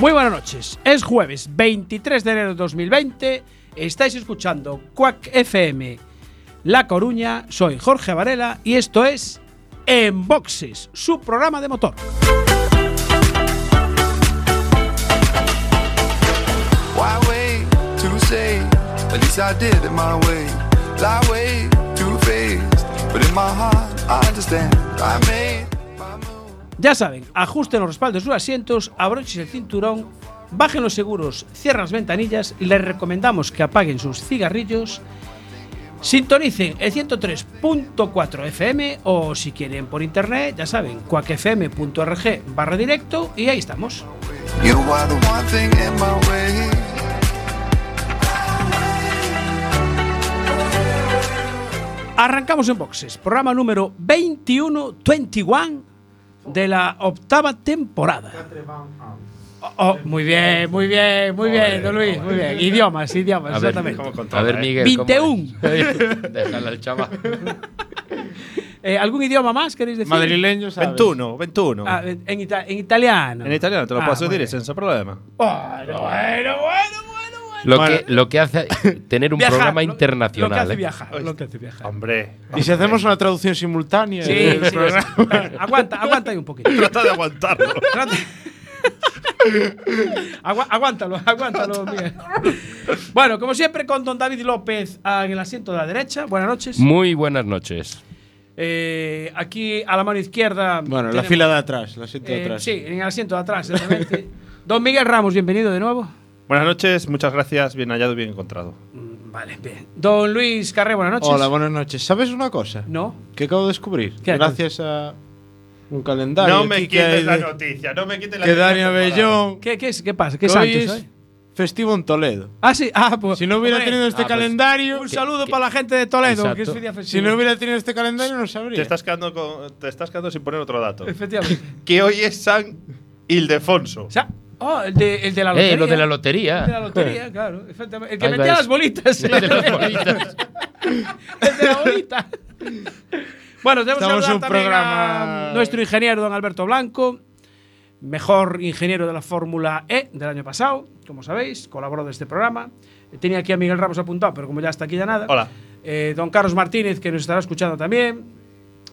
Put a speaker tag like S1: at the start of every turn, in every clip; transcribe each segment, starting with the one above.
S1: Muy buenas noches. Es jueves 23 de enero de 2020. Estáis escuchando Quack FM La Coruña. Soy Jorge Varela y esto es En Boxes, su programa de motor.
S2: Why wait to say? At least I did it my way. Lie way too faced, but in my heart I understand. I made my move.
S1: Ya saben, ajusten los respaldos de sus asientos, abrochen el cinturón, bajen los seguros, cierren las ventanillas y les recomendamos que apaguen sus cigarrillos. Sintonicen el 103.4 FM o si quieren por internet, ya saben, cuacfm.org barra directo y ahí estamos.
S2: You are the one thing in my way.
S1: Arrancamos en boxes, programa número 21, 21 de la octava temporada. Oh, oh, muy bien, muy bien, muy bien, don Luis, muy bien. Idiomas, idiomas,
S3: A ver,
S1: exactamente.
S3: ¿cómo eh?
S4: A ver, Miguel.
S1: 21.
S4: Déjala al chaval.
S1: Eh, ¿Algún idioma más queréis decir?
S3: Madrileño, ¿sabes?
S5: 21, 21.
S1: Ah, en, ita- en italiano.
S5: en italiano te lo
S1: Ah,
S5: puedo
S1: muy
S5: decir
S1: bien.
S5: sin problema.
S1: Bueno, bueno, bueno, bueno, bueno.
S4: Lo,
S5: Bueno.
S4: que, lo que hace tener un
S1: Viajar,
S4: programa
S1: lo- Lo que
S4: internacional.
S1: hace
S4: ¿eh?
S1: viajar, lo que hace viajar.
S5: Hombre.
S3: ¿Y si hacemos una traducción simultánea?
S1: Sí, sí, sí. Bueno, Aguanta, aguanta ahí un poquito.
S5: Trata de aguantarlo.
S1: Trata- Agua- aguántalo, aguántalo, Miguel. Bueno, como siempre, con don David López ah, en el asiento de la derecha. Buenas noches.
S4: Muy buenas noches.
S1: Eh, aquí a la mano izquierda.
S3: Bueno, la
S1: tenemos-
S3: fila de atrás, la asiento de
S1: eh,
S3: atrás.
S1: Sí, en el asiento de atrás, exactamente. don Miguel Ramos, bienvenido de nuevo.
S5: Buenas noches, muchas gracias, bien hallado, bien encontrado.
S1: Mm, Vale, bien. Don Luis Carré, buenas noches.
S3: Hola, buenas noches. ¿Sabes una cosa?
S1: No.
S3: Que acabo de descubrir.
S1: ¿Qué acabas-
S3: gracias a un calendario. aquí que hay de-
S5: noticia, no me quites
S3: Que Dani Abellón.
S1: ¿Qué, qué, es- qué pasa? ¿Qué
S3: que
S1: es
S3: hoy
S1: antes?
S3: es
S1: hoy?
S3: festivo en Toledo.
S1: Ah, sí. Ah, pues,
S3: Si no hubiera
S1: hombre,
S3: tenido este
S4: ah, pues,
S3: calendario.
S1: Un saludo
S4: que-
S1: para la gente de Toledo, que es
S4: Exacto.
S1: su día festivo.
S3: Si no hubiera tenido este calendario, no
S5: Te
S3: sabría.
S5: estás, quedando con- te estás quedando sin poner otro dato.
S1: Efectivamente.
S5: Que hoy es San Ildefonso.
S1: O sea, oh, el de, el de la lotería.
S4: Eh, lo de la
S1: El de la
S4: lotería.
S1: lotería, claro. efectivamente. El que
S4: Ahí
S1: metía
S4: vais.
S1: las bolitas.
S4: El de las bolitas.
S1: El de la bolita. Bueno, tenemos que
S3: Estamos
S1: saludar
S3: en un
S1: también
S3: programa-
S1: a nuestro ingeniero, don Alberto Blanco, mejor ingeniero de la Fórmula E del año pasado, como sabéis, colaboró de este programa. Tenía aquí a Miguel Ramos apuntado, pero como ya está aquí ya nada.
S5: Hola.
S1: Eh, don Carlos Martínez, que nos estará escuchando también.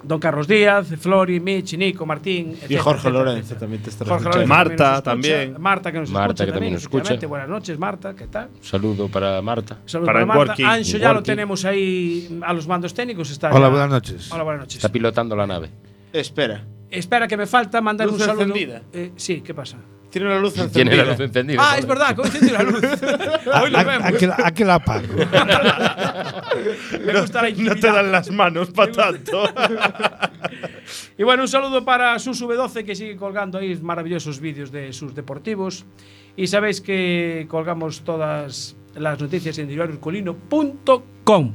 S1: Don Carlos Díaz, Flori, Mich, Nico, Martín.
S3: Y
S1: etcétera,
S3: Jorge
S1: etcétera,
S3: Lorenzo
S1: etcétera.
S3: también te estará
S1: Jorge
S3: escuchando.
S1: Lorenzo
S5: Marta
S1: nos escucha.
S5: también.
S1: Marta que nos
S4: Marta,
S1: escucha
S4: que también nos escucha.
S1: efectivamente. Buenas noches, Marta, ¿qué tal?
S4: Saludo para Marta.
S1: Saludos
S5: Para
S1: para,
S5: el
S1: Marta.
S5: working.
S1: Ancho ya lo
S4: Working.
S1: tenemos ahí a los mandos técnicos. Está
S6: Hola,
S1: ya-
S6: buenas noches.
S1: Hola, buenas noches.
S4: Está pilotando la nave.
S3: Espera.
S1: Espera, que me falta mandar un
S3: Luz
S1: saludo.
S3: encendida.
S1: Eh, sí, ¿qué pasa?
S3: Tiene la luz
S4: Tiene
S3: encendida.
S4: la luz encendida.
S1: Ah,
S4: joder.
S1: es verdad, que hoy encendí la luz. hoy lo vemos.
S6: Aquí, aquí la apago.
S1: Me gusta la
S5: No te
S1: intimidad.
S5: dan las manos para tanto.
S1: Y bueno, un saludo para Susu B12 que sigue colgando ahí maravillosos vídeos de sus deportivos. Y sabéis que colgamos todas las noticias en diarioherculino.com.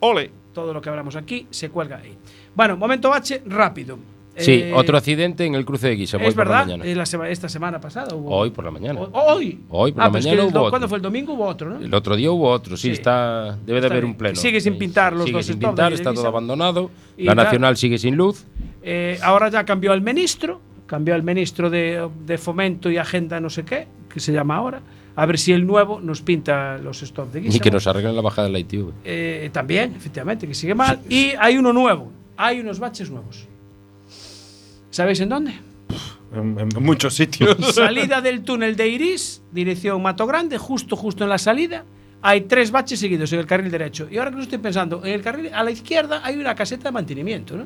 S5: Ole.
S1: Todo lo que hablamos aquí se cuelga ahí. Bueno, momento H, rápido.
S4: Sí,
S1: Eh,
S4: otro accidente en el cruce de Guisa.
S1: Es verdad,
S4: Por la
S1: eh,
S4: mañana.
S1: la sema- esta semana pasada hubo.
S4: Hoy por la mañana.
S1: O- Hoy.
S4: Hoy por la
S1: Ah, pero es que
S4: mañana
S1: el do-
S4: hubo
S1: ¿Cuándo
S4: otro.
S1: fue el domingo? Hubo otro, ¿no?
S4: El otro día hubo otro, sí,
S1: Sí.
S4: está debe de
S1: Está
S4: haber
S1: bien.
S4: un pleno.
S1: Sigue sin
S4: Sí,
S1: pintar los
S4: sigue
S1: dos
S4: sin
S1: stop de
S4: pintar, está
S1: Guisa.
S4: todo abandonado.
S1: Y
S4: la
S1: tal.
S4: nacional sigue sin luz.
S1: Eh, ahora ya cambió al ministro, cambió al ministro de, de Fomento y Agenda no sé qué, que se llama ahora. A ver si el nuevo nos pinta los stops de
S4: Y
S1: Guisa.
S4: que nos arreglen la bajada de la ITV.
S1: Eh, también, efectivamente, que sigue mal. Y hay uno nuevo, hay unos baches nuevos. ¿Sabéis en dónde?
S5: En, en muchos sitios.
S1: salida del túnel de Iris, dirección Mato Grande, justo, justo en la salida. Hay tres baches seguidos en el carril derecho. Y ahora que lo estoy pensando, en el carril a la izquierda hay una caseta de mantenimiento, ¿no?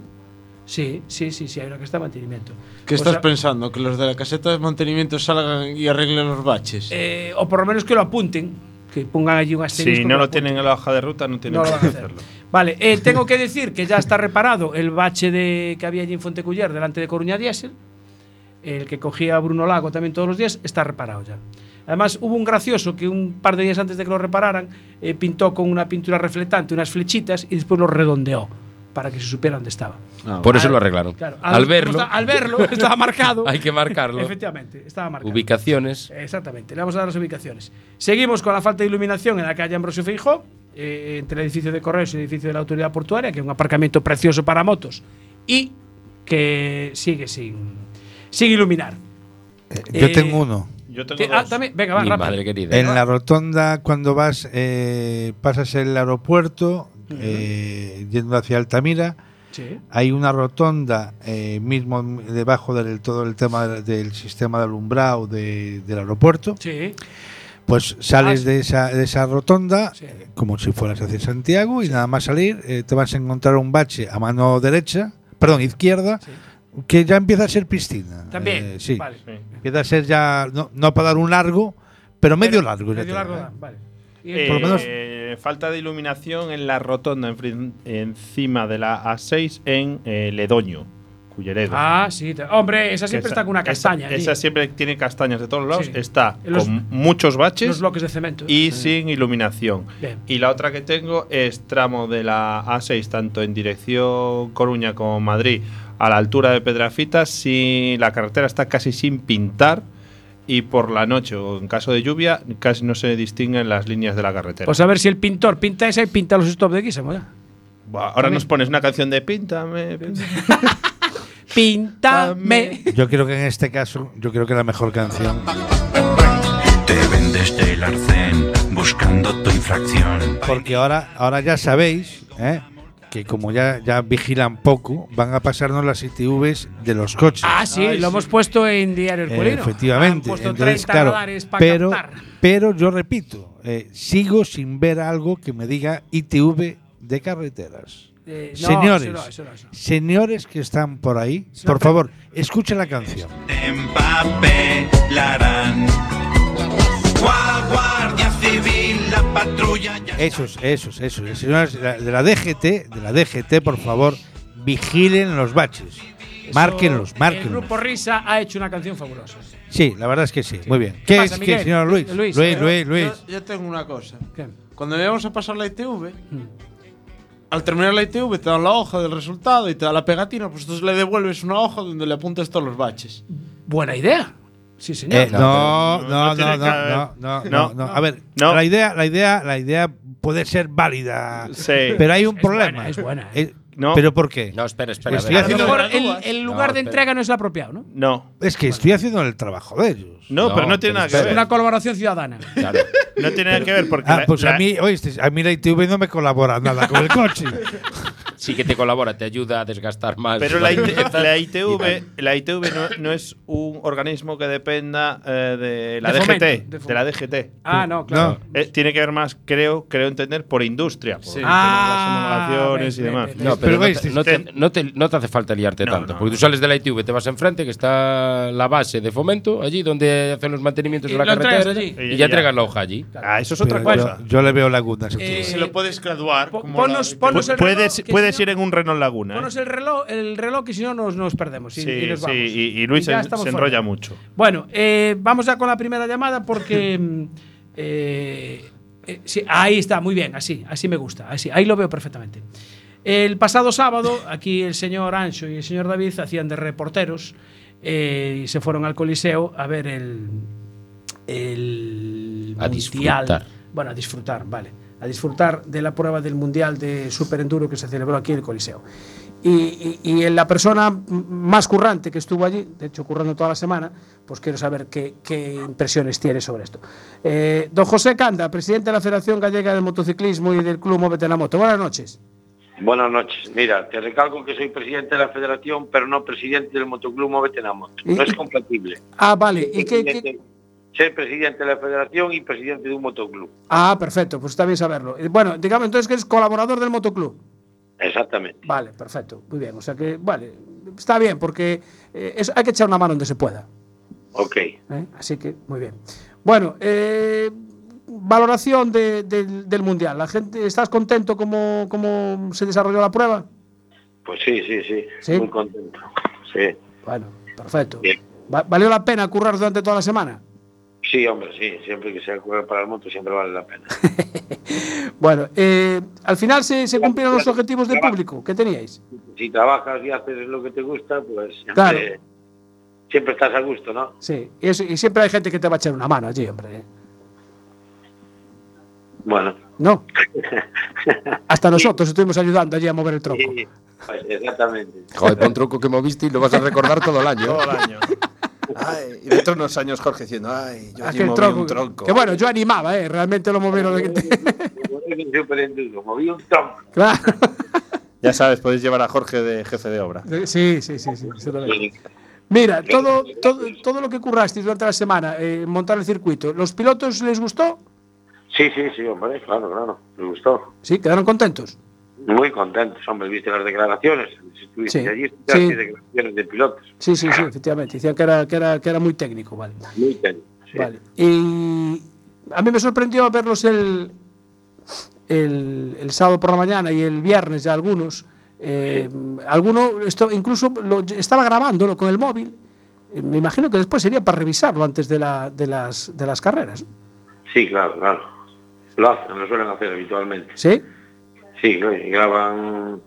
S1: Sí, sí, sí, sí, hay una caseta de mantenimiento. Pues
S3: ¿Qué
S1: O
S3: estás
S1: sea,
S3: pensando? ¿Que los de la caseta de mantenimiento salgan y arreglen los baches?
S1: eh, o por lo menos que lo apunten, que pongan allí un asterisco.
S5: Si
S1: que
S5: no lo
S1: apunten.
S5: tienen en la hoja de ruta, no tienen
S1: No lo van
S5: por
S1: a
S5: qué
S1: hacer.
S5: hacerlo.
S1: Vale, eh, tengo que decir que ya está reparado el bache de, que había allí en Fonteculler delante de Coruña Diesel. El que cogía Bruno Lago también todos los días está reparado ya. Además, hubo un gracioso que un par de días antes de que lo repararan eh, pintó con una pintura reflectante unas flechitas y después lo redondeó para que se supiera dónde estaba.
S4: Ah, Por eso
S1: Al-
S4: lo arreglaron.
S1: claro,
S4: al,
S1: como
S4: verlo,
S1: está- al verlo, estaba marcado.
S4: hay que marcarlo.
S1: Efectivamente, estaba marcado.
S4: Ubicaciones.
S1: Exactamente, le vamos a dar las ubicaciones. Seguimos con la falta de iluminación en la calle Ambrosio Feijó, eh, entre el edificio de correos y el edificio de la autoridad portuaria, que es un aparcamiento precioso para motos y que sigue sin, sin iluminar.
S6: Yo
S1: Eh,
S6: tengo uno.
S5: Yo tengo
S1: Te- ah, también, venga, va,
S4: Mi
S1: rápido.
S4: madre querida.
S6: En la rotonda, cuando vas, eh, pasas el aeropuerto, eh, yendo hacia Altamira,
S1: Sí.
S6: hay una rotonda eh, mismo debajo del todo el tema del, del sistema de alumbrado de- del aeropuerto.
S1: Sí,
S6: Pues
S1: Ah,
S6: sales de esa, de esa rotonda
S1: Sí.
S6: eh, como si fueras hacia Santiago y nada más salir eh, te vas a encontrar un bache a mano derecha, perdón, izquierda,
S1: Sí.
S6: que ya empieza a ser piscina.
S1: también.
S6: Eh, sí.
S1: vale.
S5: Sí.
S6: Empieza a ser ya, no, no para dar un largo, pero medio
S1: Pero-
S6: largo. ya
S1: Medio
S6: te
S1: largo,
S6: da,
S1: da,
S6: ¿eh?
S1: vale. Y-
S5: Eh,
S6: Por lo menos-
S5: eh, falta de iluminación en la rotonda enfrin- encima de la A6 en eh, Ledoño, Culleredo.
S1: Ah, sí. te- Hombre, esa
S5: Que
S1: siempre
S5: esa-
S1: está con una
S5: esa-
S1: castaña.
S5: Esa,
S1: allí.
S5: siempre tiene castañas de todos lados.
S1: Sí.
S5: Está
S1: En los-
S5: con muchos
S1: Los
S5: baches
S1: bloques de cemento.
S5: y
S1: Sí.
S5: sin iluminación.
S1: Bien.
S5: Y la otra que tengo es tramo de la A6, tanto en dirección Coruña como Madrid, a la altura de Pedrafitas. Si la carretera está casi sin pintar y por la noche o en caso de lluvia casi no se distinguen las líneas de la carretera.
S1: Pues a ver si el pintor pinta esa y pinta los stop de Guisamo. ya.
S5: Buah, Ahora nos pones una canción de Píntame. píntame.
S1: Píntame.
S6: Yo creo que en este caso, yo creo que la mejor canción.
S7: Te ven desde el arcén buscando tu infracción.
S6: Porque ahora, ahora ya sabéis ¿eh? que como ya, ya vigilan poco, van a pasarnos las ITVs de los coches.
S1: Ah, sí, lo hemos puesto en Diario
S6: Eh,
S1: Herculino.
S6: efectivamente.
S1: Han puesto
S6: Entonces,
S1: 30
S6: claro,
S1: radares para
S6: pero,
S1: captar.
S6: pero yo repito, eh, sigo sin ver algo que me diga ITV de carreteras.
S1: Eh, no,
S6: señores,
S1: eso no, eso no, eso no.
S6: señores que están por ahí,
S1: Es una
S6: por
S1: pre-
S6: favor, escuchen la canción.
S7: Te empapelarán. Gua- Guardia civil, la patrulla ya.
S6: Esos, esos, esos. eh, Señores de la- de la DGT, de la DGT, por favor, vigilen los baches. Márquenlos,
S1: El
S6: márquenlos.
S1: grupo Risa ha hecho una canción fabulosa.
S6: Sí, la verdad es que sí. Muy bien. ¿Qué,
S1: pasa,
S6: es,
S1: Miguel?
S6: qué, señor Luis?
S1: Eh, Luis,
S6: Luis, Luis,
S1: eh,
S6: Luis.
S3: Yo, yo tengo una cosa.
S1: ¿Qué?
S3: Cuando íbamos a pasar la ITV,
S1: Mm.
S3: al terminar la ITV te dan la hoja del resultado y te da la pegatina, pues tú le devuelves una hoja donde le apuntas todos los baches.
S1: Buena idea. Sí, señor.
S6: Eh, no, no, no,
S5: tiene
S6: no,
S5: que haber.
S6: no, no, no,
S5: No,
S6: no. A ver,
S5: no.
S6: la idea, la idea, la idea puede ser válida,
S5: Sí.
S6: pero hay un
S1: Es buena,
S6: problema.
S1: es buena, ¿eh?
S6: Eh,
S5: No.
S6: ¿Pero por qué?
S4: No, espera, espera.
S6: Estoy
S4: a
S1: a
S4: ver.
S1: lo
S6: haciendo-
S1: mejor
S5: las
S1: el,
S5: uvas.
S1: el lugar
S4: No,
S1: de
S4: espera.
S1: entrega no es el apropiado, ¿no?
S5: No,
S6: Es que estoy haciendo el trabajo de ellos.
S5: no,
S4: No,
S5: pero no tiene
S4: pero
S5: nada que
S4: espera.
S5: ver.
S1: Una colaboración ciudadana.
S4: Claro.
S5: No tiene nada que ver porque.
S6: Ah,
S5: la-
S6: pues
S5: la-
S6: a mí, oíste, a mí la ITV no me colabora nada con el coche.
S4: Sí que te colabora, te ayuda a desgastar más.
S5: Pero la, IT
S4: Y tal.
S5: la ITV, la ITV no, no es un organismo que dependa eh, de la
S1: De
S5: DGT.
S1: fomento, de
S5: de
S1: fomento.
S5: la DGT.
S1: ah, no, claro.
S6: No.
S5: Eh, tiene que ver más, creo, creo entender, por industria. Por
S3: Sí.
S5: el
S1: Ah,
S5: tema de las homologaciones
S1: ves,
S5: y demás.
S1: ves, ves.
S4: No,
S6: Pero
S4: pero, no, te,
S6: veis,
S4: no te-
S5: ten-
S4: no te- no te hace falta liarte
S5: No,
S4: tanto.
S5: no,
S4: Porque tú
S5: no.
S4: sales de la ITV, te vas enfrente, que está la base de fomento, allí donde hacen los mantenimientos
S1: Y
S4: de la
S1: lo entregas
S4: carretera.
S1: allí.
S4: Y ya
S5: Y ya.
S4: entregas la hoja allí.
S5: Ah, eso es
S6: Pero
S5: otra cosa.
S6: Yo, yo le veo lagunas. a todo.
S1: Eh,
S3: Si lo puedes graduar.
S1: po-
S3: como
S1: ponnos-
S3: la-
S1: ponnos
S5: Pu-
S1: Eh, el
S5: puedes
S1: reloj, que
S5: puedes
S1: si no-
S5: ir en un Renault Laguna.
S1: Ponos
S5: ¿eh?
S1: el reloj, el reloj que si no nos, nos perdemos. y-
S5: Sí,
S1: y nos
S5: sí,
S1: vamos.
S5: y, y Luis
S1: ya
S5: en-
S1: estamos
S5: se
S1: fuera.
S5: enrolla mucho.
S1: Bueno, eh, vamos ya con la primera llamada porque. mm, eh, eh, sí, ahí está, muy bien, así, así me gusta, así, ahí lo veo perfectamente. El pasado sábado, aquí el señor Ancho y el señor David hacían de reporteros eh, y se fueron al Coliseo a ver el. el
S4: A disfrutar.
S1: Bueno, a disfrutar, vale. A disfrutar de la prueba del Mundial de Superenduro que se celebró aquí en el Coliseo. Y, y- y la persona m- más currante que estuvo allí, de hecho currando toda la semana, pues quiero saber qué, qué impresiones tiene sobre esto. Eh, don José Canda, presidente de la Federación Gallega de Motociclismo y del Club Móvete en la Moto. Buenas noches.
S8: Buenas noches. Mira, te recalco que soy presidente de la federación, pero no presidente del motoclub Móvete en la Moto. No es compatible.
S1: Ah, vale. ¿Y qué- qué-
S8: Presidente- Ser presidente de la federación y presidente de un motoclub.
S1: Ah, perfecto, pues está bien saberlo. Eh, Bueno, digamos entonces que eres colaborador del motoclub.
S8: Exactamente.
S1: Vale, perfecto, muy bien. O sea que, vale, está bien porque eh, es- hay que echar una mano donde se pueda.
S8: Ok.
S1: ¿eh? Así que, muy bien. Bueno, eh, valoración de- del- del mundial. La gente, ¿Estás contento como, como se desarrolló la prueba?
S8: Pues sí, sí, sí,
S1: ¿Sí?
S8: Muy contento. Sí.
S1: Bueno, perfecto.
S8: Bien.
S1: Va- ¿Valió la pena currar durante toda la semana?
S8: Sí, hombre, sí. Siempre que sea jugar para el moto siempre vale la pena.
S1: Bueno, eh, al final se, se cumplieron los objetivos de
S8: Claro.
S1: público que teníais.
S8: Si trabajas y haces lo que te gusta, pues siempre,
S1: Claro.
S8: siempre estás a gusto, ¿no?
S1: Sí, y, eso- y siempre hay gente que te va a echar una mano allí, hombre. ¿eh?
S8: Bueno.
S1: ¿No? Hasta nosotros estuvimos ayudando allí a mover el tronco.
S8: Sí, pues exactamente.
S4: Joder, pon truco que moviste y lo vas a recordar todo el año.
S3: Todo el año.
S9: Ay, y dentro de unos años Jorge diciendo, ay, yo allí
S1: Aquel
S9: moví
S1: tronco,
S9: un tronco.
S1: Que bueno, yo animaba, ¿eh? Realmente lo movieron.
S8: Moví un superenduro, moví un tronco.
S1: claro.
S9: Ya sabes, podéis llevar a Jorge de jefe de obra.
S1: Sí, sí, sí, sí. se lo ve. Mira, todo, todo, todo lo que currasteis durante la semana, eh, montar el circuito, ¿los pilotos les gustó?
S8: Sí, sí, sí, hombre, claro, claro. Me gustó.
S1: Sí, quedaron contentos.
S8: Muy contentos, hombre. ¿Viste las declaraciones? Si estuviste
S1: Sí,
S8: allí,
S1: sí.
S8: escuchaste declaraciones de pilotos.
S1: Sí, sí, sí, efectivamente. Decían que era, que era, que era muy técnico, vale.
S8: Muy contentos. sí.
S1: Vale. Y a mí me sorprendió verlos el, el, el sábado por la mañana y el viernes ya algunos. Eh, Alguno esto, incluso lo, estaba grabándolo con el móvil. Eh, Me imagino que después sería para revisarlo antes de, la, de, las, de las carreras.
S8: Sí, claro, claro. Lo hacen, lo suelen hacer habitualmente.
S1: ¿Sí?
S8: Sí, oye, graban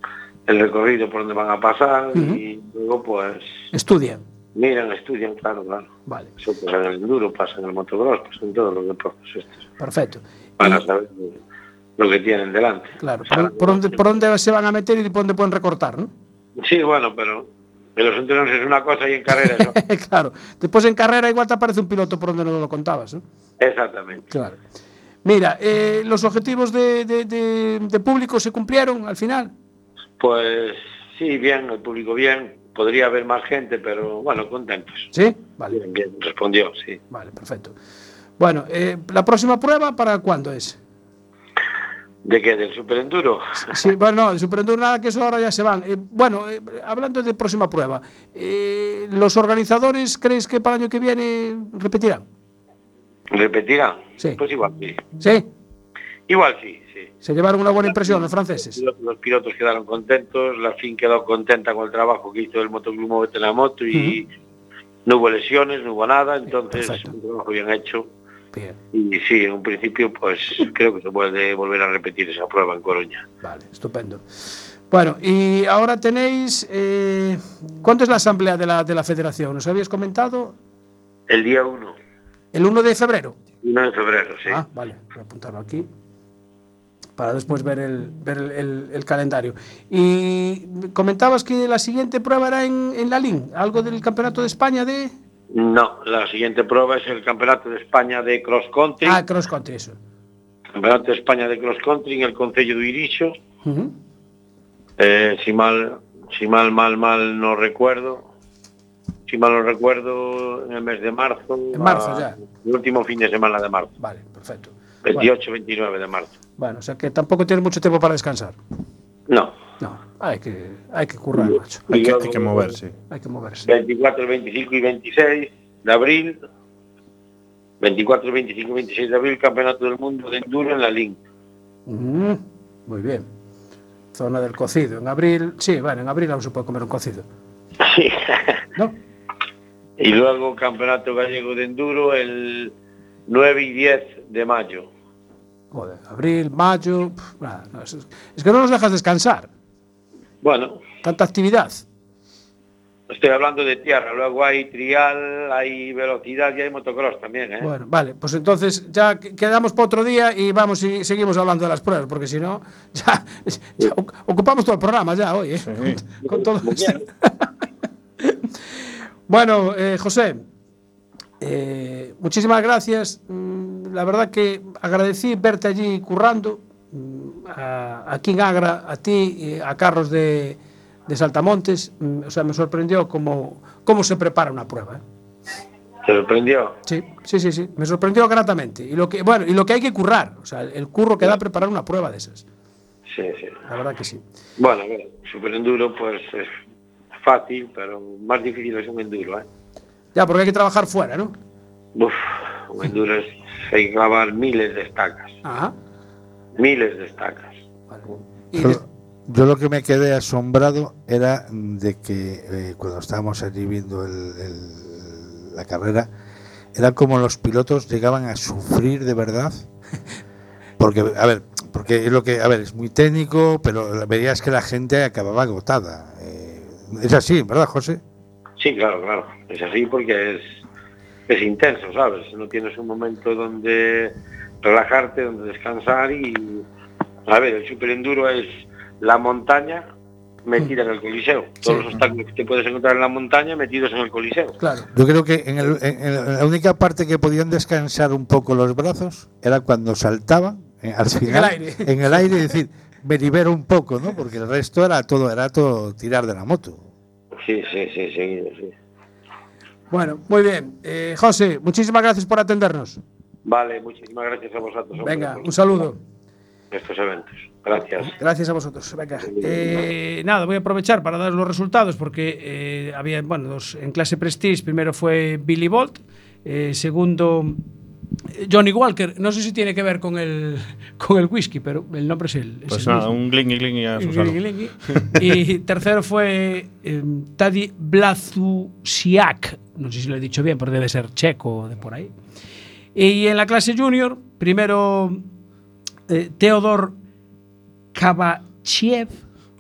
S8: el recorrido por donde van a pasar y luego pues
S1: Estudian.
S8: miran, estudian, claro, claro.
S1: Vale,
S8: Eso pasa en el enduro, pasa en el motocross, pasa en todos los deportes estos.
S1: perfecto.
S8: Para
S1: Y,
S8: saber lo que tienen delante.
S1: claro,
S8: O sea,
S1: por, por dónde, por dónde se van a meter y por dónde pueden recortar, ¿no?
S8: Sí, bueno, pero en los entrenos es una cosa y en carrera es otra.
S1: claro. Después en carrera igual te aparece un piloto por donde no lo contabas, ¿no?
S8: Exactamente.
S1: Claro. Mira, eh, los objetivos de, de- de- de público se cumplieron al final.
S8: Pues sí, bien, el público bien. Podría haber más gente, pero bueno, contentos.
S1: ¿Sí? Vale,
S8: Bien, bien, respondió, sí.
S1: vale, perfecto. Bueno, eh, la próxima prueba para cuándo es?
S8: ¿De qué? ¿Del superenduro?
S1: Sí, bueno, no, Superenduro nada, que eso ahora ya se van. Eh, bueno, eh, hablando de próxima prueba, eh, ¿los organizadores crees que para el año que viene repetirán?
S8: ¿Repetirán?
S1: Sí.
S8: Pues igual sí.
S1: ¿Sí?
S8: Igual sí, sí.
S1: ¿Se llevaron una buena impresión los franceses?
S8: Los, los pilotos quedaron contentos, la FIN quedó contenta con el trabajo que hizo el Motoclub Movete en la moto y no hubo lesiones, no hubo nada, entonces
S1: perfecto.
S8: un trabajo bien hecho.
S1: Bien,
S8: Y sí, en un principio pues creo que se puede volver a repetir esa prueba en Coruña.
S1: vale, estupendo. Bueno, y ahora tenéis... eh, ¿Cuándo es la asamblea de la, de la federación? ¿Nos habías comentado?
S8: El día 1,
S1: El 1 de febrero.
S8: 1 de febrero, sí.
S1: Ah, vale, voy a apuntarlo aquí para después ver el, ver el, el- el calendario. Y comentabas que la siguiente prueba era en, en la LIN, algo del Campeonato de España de...
S8: No, la siguiente prueba es el Campeonato de España de Cross Country,
S1: Ah, Cross Country, eso.
S8: Campeonato de España de Cross Country en el Concello de Irixo,
S1: Ujú.
S8: Eh, si mal, si mal, mal, mal no recuerdo, si mal no recuerdo, en el mes de marzo.
S1: En marzo
S8: a-
S1: ya.
S8: El último fin de semana de marzo,
S1: Vale, perfecto. Bueno,
S8: 28, 29 de marzo.
S1: bueno, o sea que tampoco tienes mucho tiempo para descansar.
S8: No,
S1: No, hay que, hay que currar, macho.
S8: Hay que-
S3: hay que moverse.
S1: Hay que moverse.
S8: 24, 25 y 26 de abril. 24, 25 y 26 de abril, Campeonato del Mundo de Enduro en la Link.
S1: Ujú, Mm, Muy bien. Zona del cocido. En abril, sí, bueno, en abril aún se puede comer un cocido. ¿No?
S8: y luego Campeonato Gallego de Enduro el 9 y 10 de mayo.
S1: Joder, abril, mayo, pf, nada, no, es, es que no nos dejas descansar.
S8: Bueno,
S1: Tanta actividad.
S8: estoy hablando de tierra. Luego hay trial, hay velocidad y hay motocross también, ¿eh?
S1: Bueno, vale, pues entonces ya qu- quedamos para otro día y vamos y seguimos hablando de las pruebas, porque si no, ya, ya oc- ocupamos todo el programa ya hoy, ¿eh? Con, con todo esto. bueno, eh, José, eh, muchísimas gracias. Mm, La verdad que agradecí verte allí currando, mm, a, aquí en Agra, a ti, y a Carlos de, de Saltamontes. Mm, O sea, me sorprendió cómo, cómo se prepara una prueba. ¿eh?
S8: ¿Te sorprendió?
S1: Sí, sí, sí, sí. Me sorprendió gratamente. Y lo que, bueno, y lo que hay que currar. O sea, el- el curro que da preparar una prueba de esas.
S8: Sí, sí.
S1: La verdad que sí.
S8: Bueno, a ver, super enduro pues es fácil, pero más difícil es un enduro, ¿eh?
S1: Ya, porque hay que trabajar fuera, ¿no?
S8: Uf, un enduro es hay que clavar miles de estacas. Miles de estacas.
S6: Yo, yo lo que me quedé asombrado era de que eh, cuando estábamos allí viendo el- el- la carrera, era como los pilotos llegaban a sufrir de verdad. Porque, a ver, porque es lo que, a ver, es muy técnico, pero verías que la gente acababa agotada. Eh, es así, ¿verdad, José?
S8: Sí, claro, claro. Es así porque es, es intenso, ¿sabes? No tienes un momento donde relajarte, donde descansar y... A ver, el superenduro es la montaña metida en el coliseo. Todos los obstáculos que te puedes encontrar en la montaña metidos en el coliseo.
S10: Claro.
S6: Yo creo que en, el- en- en la única parte que podían descansar un poco los brazos era cuando saltaban eh, al
S10: En el
S6: final
S10: aire.
S6: en el aire y decir me libero un poco, ¿no? Porque el resto era todo era todo tirar de la moto.
S8: Sí, sí, sí, sí. sí.
S10: Bueno, muy bien. Eh, José, muchísimas gracias por atendernos.
S8: Vale, muchísimas gracias a vosotros. hombre,
S10: Venga,
S8: por
S10: un saludo.
S8: Estos eventos. Gracias.
S10: Gracias a vosotros. Venga.
S1: Eh, nada, voy a aprovechar para dar los resultados porque eh, había, bueno, dos en clase Prestige. Primero fue Billy Bolt, eh, segundo eh, Johnny Walker. No sé si tiene que ver con el, con el whisky, pero el nombre es el. es
S5: Pues
S1: el
S5: nada,
S1: mismo.
S5: un glingui glingui a Susano.
S1: Glingui, glingui. Y tercero fue eh, Taddy Blazusiak. No sé si lo he dicho bien, pero debe ser checo o de por ahí. Y en la clase junior, primero eh, Teodor Kavachiev.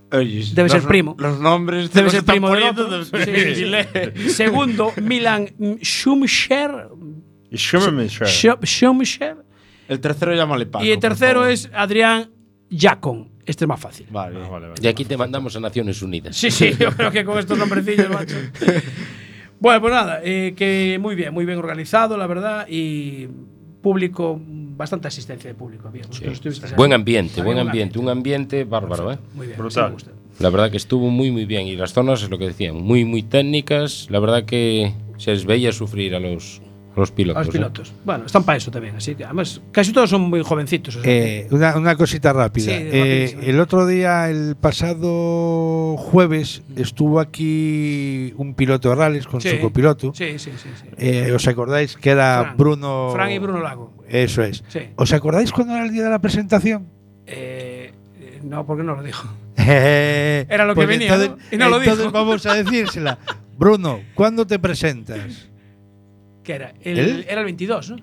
S1: Debe ser
S3: los-
S1: primo.
S3: Los nombres
S1: Debe
S3: los
S1: ser
S3: están
S1: primo del
S3: poniendo
S1: otro.
S3: de-
S1: Sí, sí, sí. Segundo, Milan Schumscher.
S5: Schumscher.
S1: Schum- Schumscher.
S3: El tercero llámale Paco.
S1: Y el tercero es Adrián Jacon. Este es más fácil.
S3: Vale,
S4: Y aquí te mandamos a Naciones Unidas.
S1: Sí, sí, yo creo que con estos nombrecillos, macho. Bueno, pues nada, eh, que muy bien, muy bien organizado, la verdad, y público, bastante asistencia de público. había. Vosotros estuvisteis ahí.
S4: Buen ambiente,
S1: Había
S4: buen
S1: un
S4: ambiente, un ambiente bárbaro, ¿eh?
S1: Muy bien,
S5: Brutal.
S4: La verdad que estuvo muy, muy bien. Y las zonas, es lo que decían, muy, muy técnicas. La verdad que se les veía sufrir a los, a los pilotos.
S1: A los
S4: ¿eh?
S1: pilotos. Bueno, están para eso también, así que además casi todos son muy jovencitos. o sea que-
S6: Eh, una, una cosita rápida.
S1: Sí,
S6: Eh,
S1: rapidísimo.
S6: el otro día, el pasado jueves, estuvo aquí un piloto de rallies con
S1: Sí.
S6: su copiloto.
S1: Sí, sí, sí. sí.
S6: Eh, ¿Os acordáis que era
S1: Fran.
S6: Bruno?
S1: Fran y Bruno Lago.
S6: Eso es.
S1: Sí.
S6: ¿Os acordáis cuándo era el día de la presentación?
S1: Eh, eh, no, porque no lo dijo.
S6: Era
S1: lo que venía, ¿no? Y no lo dijo.
S6: Eh, pues Entonces vamos a decírsela. Bruno, ¿cuándo te presentas?
S1: Que era? El,
S6: ¿El?
S1: Era el 22, ¿no?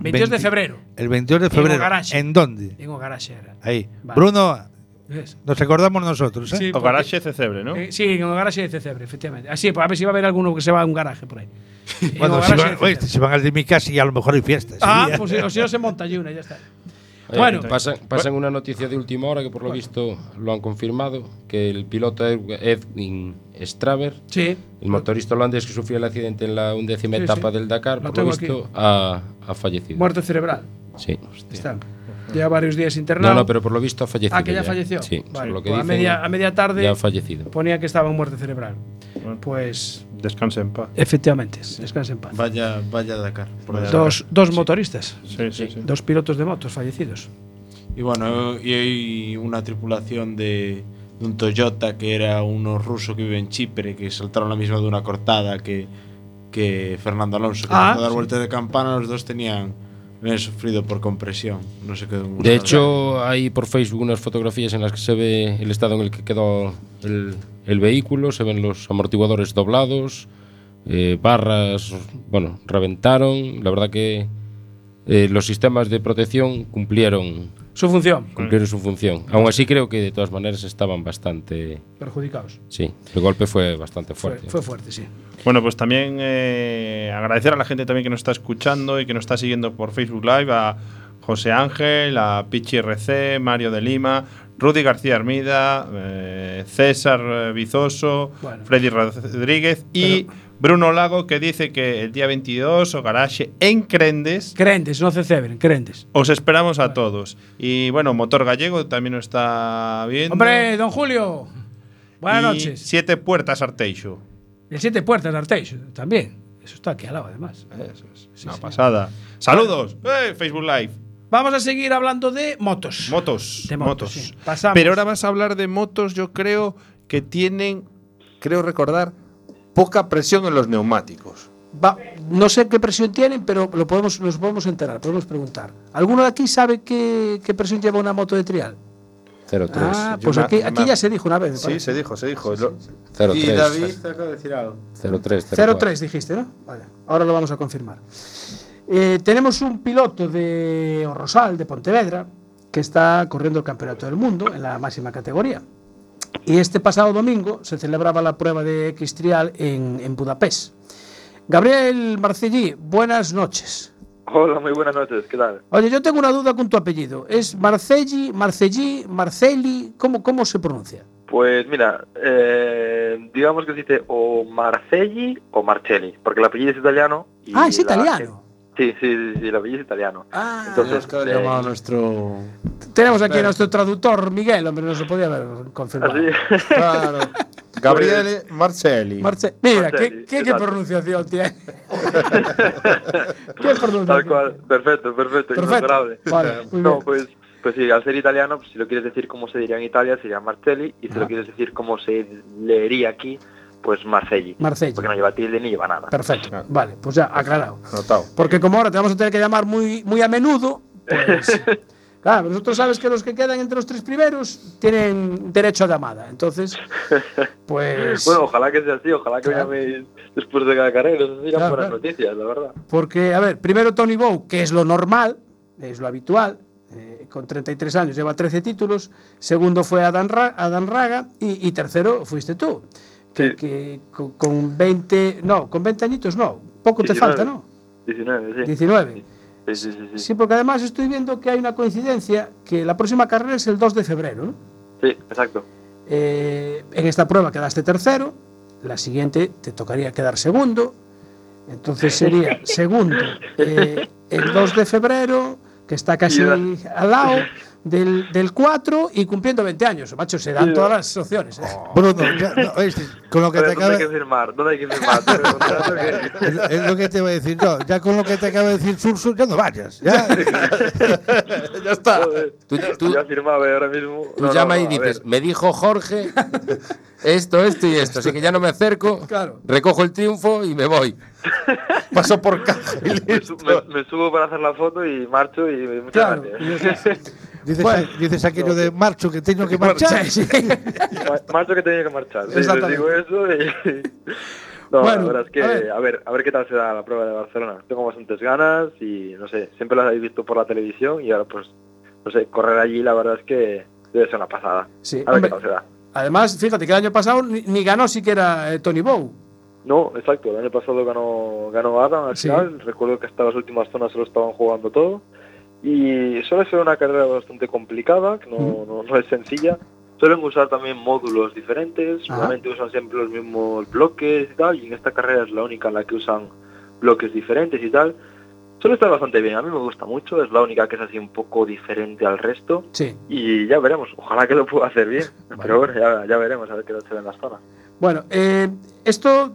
S1: 22 de
S6: 20
S1: febrero.
S6: El 22 de
S1: En
S6: febrero.
S1: Ogarache.
S6: ¿En dónde?
S1: En Ogarache era.
S6: Ahí.
S1: Vale.
S6: Bruno,
S1: ¿Ves?
S6: nos acordamos nosotros. ¿eh?
S1: Sí,
S5: O Garache Cecebre, ¿no?
S1: Eh, sí, en un garaje de Cecebre, efectivamente. Así, pues a ver si va a haber alguno que se va a un garaje por ahí. En
S6: Bueno,
S1: un garaje
S6: si van,
S1: de Cecebre.
S6: oye, si van al de mi casa y a lo mejor hay fiestas.
S1: Ah, pues si, o si no se monta allí una, ya está.
S4: Eh,
S1: Bueno.
S4: pasan, pasan una noticia de última hora que por lo visto lo han confirmado, que el piloto Ed- Edwin Straver,
S1: Sí.
S4: el motorista holandés que sufrió el accidente en la undécima
S1: Sí,
S4: etapa
S1: sí.
S4: del Dakar,
S1: Lo
S4: por lo
S1: tengo
S4: visto
S1: aquí.
S4: ha, ha fallecido.
S1: Muerte cerebral.
S4: Sí.
S1: Está. Lleva varios días internado.
S4: No, no, pero por lo visto ha fallecido.
S1: Ah, que ya falleció.
S4: Sí,
S1: Vale,
S4: por lo que
S1: pues a
S4: dicen,
S1: media- a media tarde-
S4: Ya ha fallecido.
S1: Ponía que estaba en muerte cerebral. Pues,
S5: Descanse en paz.
S1: efectivamente, descansa en paz.
S3: Vaya, vaya Dakar. por allá.
S1: Dos, dos motoristas,
S5: Sí, sí, sí.
S1: dos pilotos de motos fallecidos.
S3: Y bueno, y hay una tripulación de, de un Toyota que era uno ruso que vive en Chipre, que saltaron la misma de una cortada que, que Fernando Alonso, que
S1: Ah,
S3: empezó a dar
S1: sí.
S3: vueltas de campana, los dos tenían, habían sufrido por compresión. No sé qué.
S4: De hecho, hay por Facebook unas fotografías en las que se ve el estado en el que quedó el, el vehículo, se ven los amortiguadores doblados, eh, barras, bueno, reventaron. La verdad que eh, los sistemas de protección cumplieron,
S1: Su función,
S4: cumplieron su función. Aún así, creo que de todas maneras estaban bastante.
S1: perjudicados.
S4: Sí, el golpe fue bastante
S1: Fue,
S4: fuerte.
S1: fue fuerte, sí.
S5: Bueno, pues también eh, agradecer a la gente también que nos está escuchando y que nos está siguiendo por Facebook Live, a José Ángel, a Pichi RC, Mario de Lima, Rudy García Armida, eh, César eh, Vizoso,
S1: Bueno.
S5: Freddy Rodríguez y Bruno Lago que dice que el día 22 o Garache en Crendes
S1: Crentes, no Cecebre, crentes.
S5: os esperamos a todos. Y bueno, Motor Gallego también nos está viendo.
S1: Hombre, don Julio, buenas
S5: Y
S1: noches.
S5: Siete Puertas Arteixo.
S1: El Siete Puertas de Arteixo, también. Eso está aquí al lado, además.
S5: Eso es una
S1: señor.
S5: pasada. Saludos. ¡Eh, Facebook Live.
S1: Vamos a seguir hablando de motos.
S5: Motos.
S1: De motos,
S5: motos.
S1: sí. Pasamos.
S5: Pero ahora vas a hablar de motos, yo creo que tienen.
S11: Creo recordar poca presión en los neumáticos.
S1: va- no sé qué presión tienen, pero lo podemos, nos podemos enterar, podemos preguntar. ¿Alguno de aquí sabe qué, qué presión lleva una moto de trial?
S4: 0-3.
S1: Ah, pues aquí, aquí ya se dijo una vez. ¿eh? me
S5: Sí,
S1: parece.
S5: se dijo, se dijo. Lo-
S2: Y
S4: 0-3.
S2: David te acaba de decir algo.
S4: 0-3.
S1: 0-3 dijiste, ¿no? Vale, ahora lo vamos a confirmar. Eh, tenemos un piloto de Rosal, de Pontevedra, que está corriendo el Campeonato del Mundo en la máxima categoría. Y este pasado domingo se celebraba la prueba de X-Trial en, en Budapest. Gabriel Marcellí, buenas noches.
S12: Hola, muy buenas noches, ¿qué tal?
S1: Oye, yo tengo una duda con tu apellido. ¿Es Marcelli, Marcellí, Marceli? ¿Cómo, cómo se pronuncia?
S12: Pues mira, eh, digamos que se dice o Marcelli o Marcelli, porque el apellido es italiano. y
S1: Ah, es
S12: la-
S1: italiano. Ah,
S12: Sí, sí, sí, sí, el apellido es italiano. Entonces, eh,
S2: nuestro.
S1: Tenemos aquí a nuestro traductor, Miguel, hombre, no se podía haber confirmado. Ah,
S12: así-
S5: Claro. Gabriele
S13: Pues-
S5: Marcelli.
S1: Marce- Mira,
S12: Marcelli,
S1: qué, qué- qué
S12: exacto.
S1: pronunciación tiene. qué
S12: Tal
S1: pronunciación.
S12: cual, perfecto,
S1: Perfecto.
S12: perfecto, inmejorable.
S1: Vale, muy
S12: No,
S1: bien.
S12: pues, pues sí, al ser italiano, pues, si lo quieres decir como se diría en Italia, sería Marcelli, y si lo quieres decir como se leería aquí, pues Marcelli.
S1: Marcelli.
S12: Porque no lleva tilde ni lleva nada.
S1: Perfecto. Vale, pues ya, aclarado.
S5: Notado.
S1: Porque como ahora te vamos a tener que llamar muy, muy a menudo, pues. Claro, nosotros sabes que los que quedan entre los tres primeros tienen derecho a llamada. Entonces, pues.
S12: Bueno, ojalá que sea así, ojalá que
S1: Claro.
S12: me llaméis después de cada carrera, eso serían
S1: Claro,
S12: buenas
S1: claro.
S12: noticias, la verdad.
S1: Porque, a ver, primero Tony Bow, que es lo normal, es lo habitual, eh, con 33 años lleva 13 títulos. Segundo fue Adán, Ra- Adán Raga y, y tercero fuiste tú. Que,
S12: Sí.
S1: que con, con 20, no, con 20 añitos no, poco te
S12: 19.
S1: falta, ¿no?
S12: 19, sí.
S1: 19.
S12: Sí, sí, sí, sí.
S1: Sí, porque además estoy viendo que hay una coincidencia, que la próxima carrera es el 2 de febrero. ¿no?
S12: Sí, exacto.
S1: Eh, en esta prueba quedaste tercero, la siguiente te tocaría quedar segundo, entonces sería segundo eh, el 2 de febrero, que está casi
S12: Y da-
S1: al lado del, del 4 y cumpliendo 20 años, macho, se dan
S12: Y da-
S1: todas las opciones. ¿eh?
S6: Oh. Bruno, ya, no, oíste, con lo que
S12: Pero
S6: te
S12: ¿Dónde
S6: acaba,
S12: hay que firmar? ¿Dónde hay que firmar? ¿Tengo el contrato que-
S6: es, es lo que te voy a decir yo. Ya con lo que te acaba de decir Sursu, ya no vayas. Ya.
S5: Ya está.
S12: Joder,
S4: Tú- tú-
S12: yo ya firmaba ahora mismo.
S4: Tú
S12: No, no,
S4: llama
S12: no,
S4: y
S12: a
S4: dices,
S12: ver.
S4: me dijo Jorge esto, esto y esto, así que ya no me acerco,
S1: Claro.
S4: recojo el triunfo y me voy.
S5: Pasó por caja. y
S12: Me,
S5: listo.
S12: su- me- me subo para hacer la foto y marcho y muchas
S1: Claro.
S12: gracias.
S6: Dices,
S1: Bueno.
S6: dices aquello de marcho que tengo que marchar.
S1: Sí,
S12: Ma- Marcho que tenía que marchar. Sí, les
S1: Exactamente.
S12: digo eso y... No,
S1: Bueno,
S12: la verdad es que,
S1: a
S12: a
S1: ver.
S12: ver. a ver, qué tal se da la prueba de Barcelona. Tengo bastantes ganas y, no sé, siempre las habéis visto por la televisión y ahora, pues, no sé, correr allí la verdad es que debe ser una pasada.
S1: Sí,
S12: A ver
S1: hombre.
S12: qué tal se da.
S1: Además, fíjate que el año pasado ni, ni ganó siquiera eh, Tony Bow.
S12: No, exacto, el año pasado ganó, ganó Adam al
S1: Sí.
S12: final, recuerdo que hasta las últimas zonas se lo estaban jugando todo y suele ser una carrera bastante complicada, que no, no- no es sencilla. Suelen usar también módulos diferentes,
S1: Ajá.
S12: normalmente usan siempre los mismos bloques y tal, y en esta carrera es la única en la que usan bloques diferentes y tal. Suele estar bastante bien, a mí me gusta mucho, es la única que es así un poco diferente al resto
S1: Sí.
S12: y ya veremos, ojalá que lo pueda hacer bien, pero bueno, ya, ya veremos a ver qué tal se da en las zonas.
S1: Bueno, eh, esto,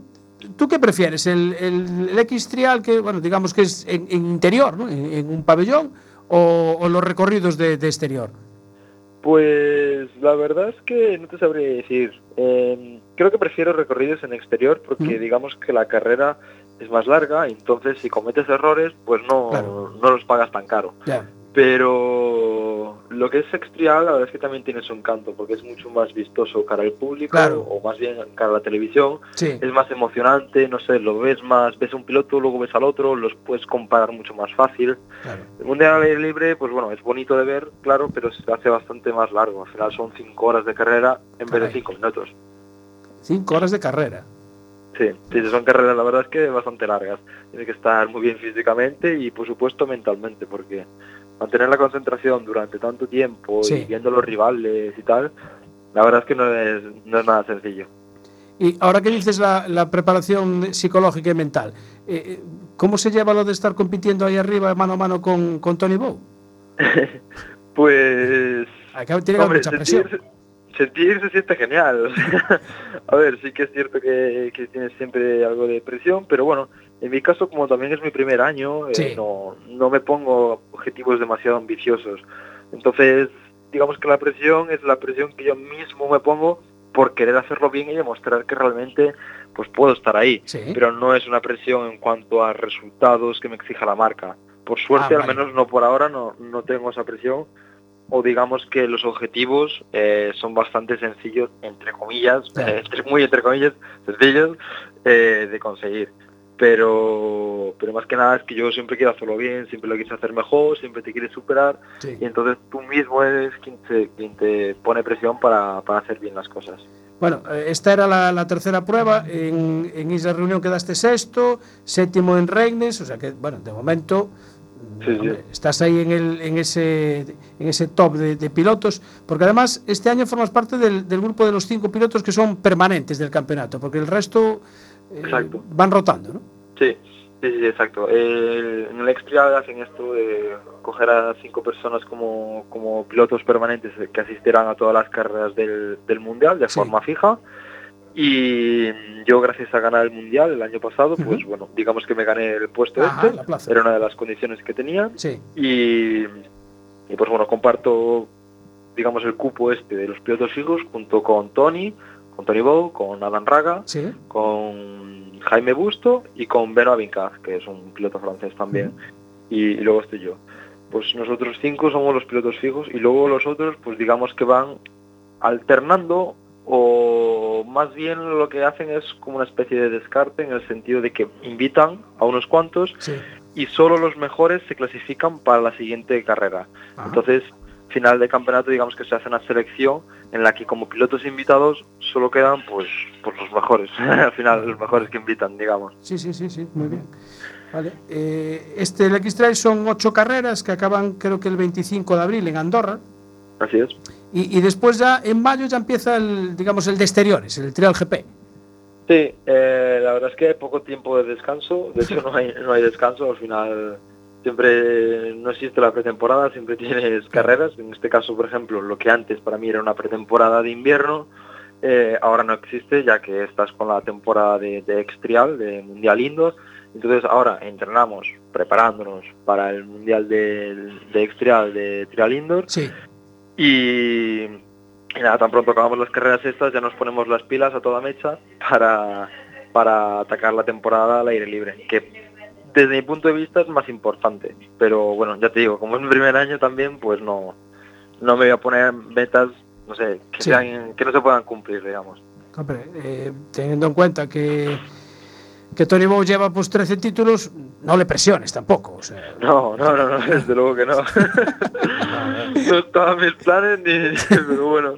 S1: ¿tú qué prefieres? ¿El, el, el X-Trial, que, bueno, digamos que es en, en interior, ¿no? en, en un pabellón, o, o los recorridos de, de exterior?
S12: Pues la verdad es que no te sabría decir. Eh, creo que prefiero recorridos en exterior porque
S1: Ujú.
S12: digamos que la carrera es más larga, entonces si cometes errores pues no,
S1: Claro.
S12: no los pagas tan caro.
S1: Ya.
S12: Pero lo que es extrial la verdad es que también tiene su encanto porque es mucho más vistoso cara al público
S1: Claro.
S12: o más bien cara a la televisión.
S1: Sí,
S12: Es más emocionante, no sé, lo ves más, ves un piloto, luego ves al otro, los puedes comparar mucho más fácil.
S1: claro.
S12: El Mundial al aire libre, pues bueno, es bonito de ver, claro, pero se hace bastante más largo. Al final son cinco horas de carrera en vez
S1: Caray.
S12: de cinco minutos.
S1: Cinco horas de carrera.
S12: Sí, sí, son carreras, la verdad es que bastante largas. Tienes que estar muy bien físicamente y, por supuesto, mentalmente, porque mantener la concentración durante tanto tiempo
S1: Sí.
S12: y viendo los rivales y tal, la verdad es que no es, no es nada sencillo.
S1: Y ahora que dices la, la preparación psicológica y mental, eh, eh, ¿cómo se lleva lo de estar compitiendo ahí arriba mano a mano con, con Tony Bow?
S12: Pues
S1: Acá tiene que haber
S12: Hombre,
S1: mucha presión.
S12: sentirse- sentir se siente genial. a ver, sí que es cierto que, que tienes siempre algo de presión, pero bueno, en mi caso, como también es mi primer año, eh,
S1: Sí.
S12: no, no me pongo objetivos demasiado ambiciosos. Entonces, digamos que la presión es la presión que yo mismo me pongo por querer hacerlo bien y demostrar que realmente pues puedo estar ahí. Pero no es una presión en cuanto a resultados que me exija la marca. Por suerte,
S13: Ah,
S12: al
S13: vale.
S12: menos no por ahora, no, no tengo esa presión. O digamos que los objetivos eh, son bastante sencillos, entre comillas, eh, entre- muy entre comillas, sencillos eh, de conseguir. Pero, pero más que nada es que yo siempre quiero hacerlo bien, siempre lo quise hacer mejor, siempre te quieres superar
S1: Sí.
S12: y entonces tú mismo eres quien te, quien te pone presión para, para hacer bien las cosas.
S1: Bueno, eh, esta era la, la tercera prueba. En, en Isla Reunión quedaste sexto, séptimo en Reignes, o sea que, bueno, de momento hombre, estás ahí en, el, en, ese, en ese top de, de pilotos, porque además este año formas parte del, del grupo de los cinco pilotos que son permanentes del campeonato, porque el resto eh,
S12: Exacto.
S1: van rotando, ¿no?
S12: Sí, sí, sí, exacto. El- en el Xperia hacen esto de coger a cinco personas como, como pilotos permanentes que asistirán a todas las carreras del, del Mundial de forma fija. Y yo, gracias a ganar el Mundial el año pasado, pues bueno, digamos que me gané el puesto
S1: Ajá,
S12: este.
S1: la plaza.
S12: Era una de las condiciones que tenía.
S1: Sí.
S12: Y, y, pues bueno, comparto, digamos, el cupo este de los pilotos fijos junto con Tony, con Tony Bow, con Adam Raga,
S1: Sí.
S12: con Jaime Busto y con Benoît Vincaz, que es un piloto francés también, y, y luego estoy yo. Pues nosotros cinco somos los pilotos fijos y luego los otros, pues digamos que van alternando o más bien lo que hacen es como una especie de descarte en el sentido de que invitan a unos cuantos y solo los mejores se clasifican para la siguiente carrera. Entonces, final de campeonato, digamos que se hace una selección en la que como pilotos invitados solo quedan pues, pues los mejores, al final los mejores que invitan, digamos.
S1: Sí, sí, sí, sí, muy bien. Vale. eh, este, el X-Trail son ocho carreras que acaban creo que el 25 de abril en Andorra.
S12: Así es.
S1: Y, y después ya en mayo ya empieza el, digamos, el de exteriores, el Trial GP.
S12: Sí, eh, la verdad es que hay poco tiempo de descanso, de hecho no hay, no hay descanso, al final siempre no existe la pretemporada, siempre tienes carreras, en este caso por ejemplo lo que antes para mí era una pretemporada de invierno, eh, ahora no existe ya que estás con la temporada de, de extrial, de Mundial Indoor, entonces ahora entrenamos preparándonos para el Mundial de, de extrial, de Trial Indoor,
S1: Sí.
S12: y y nada, tan pronto acabamos las carreras estas, ya nos ponemos las pilas a toda mecha para, para atacar la temporada al aire libre, que desde mi punto de vista es más importante. Pero bueno, ya te digo, como es mi primer año también, pues no, no me voy a poner metas, no sé, que,
S1: Sí.
S12: sean, que no se puedan cumplir, digamos.
S1: Hombre, eh, teniendo en cuenta que, que Tony Bow lleva pues 13 títulos, no le presiones tampoco. o sea.
S12: No, no, no, no, desde luego que no. no estaban mis planes, ni, pero bueno,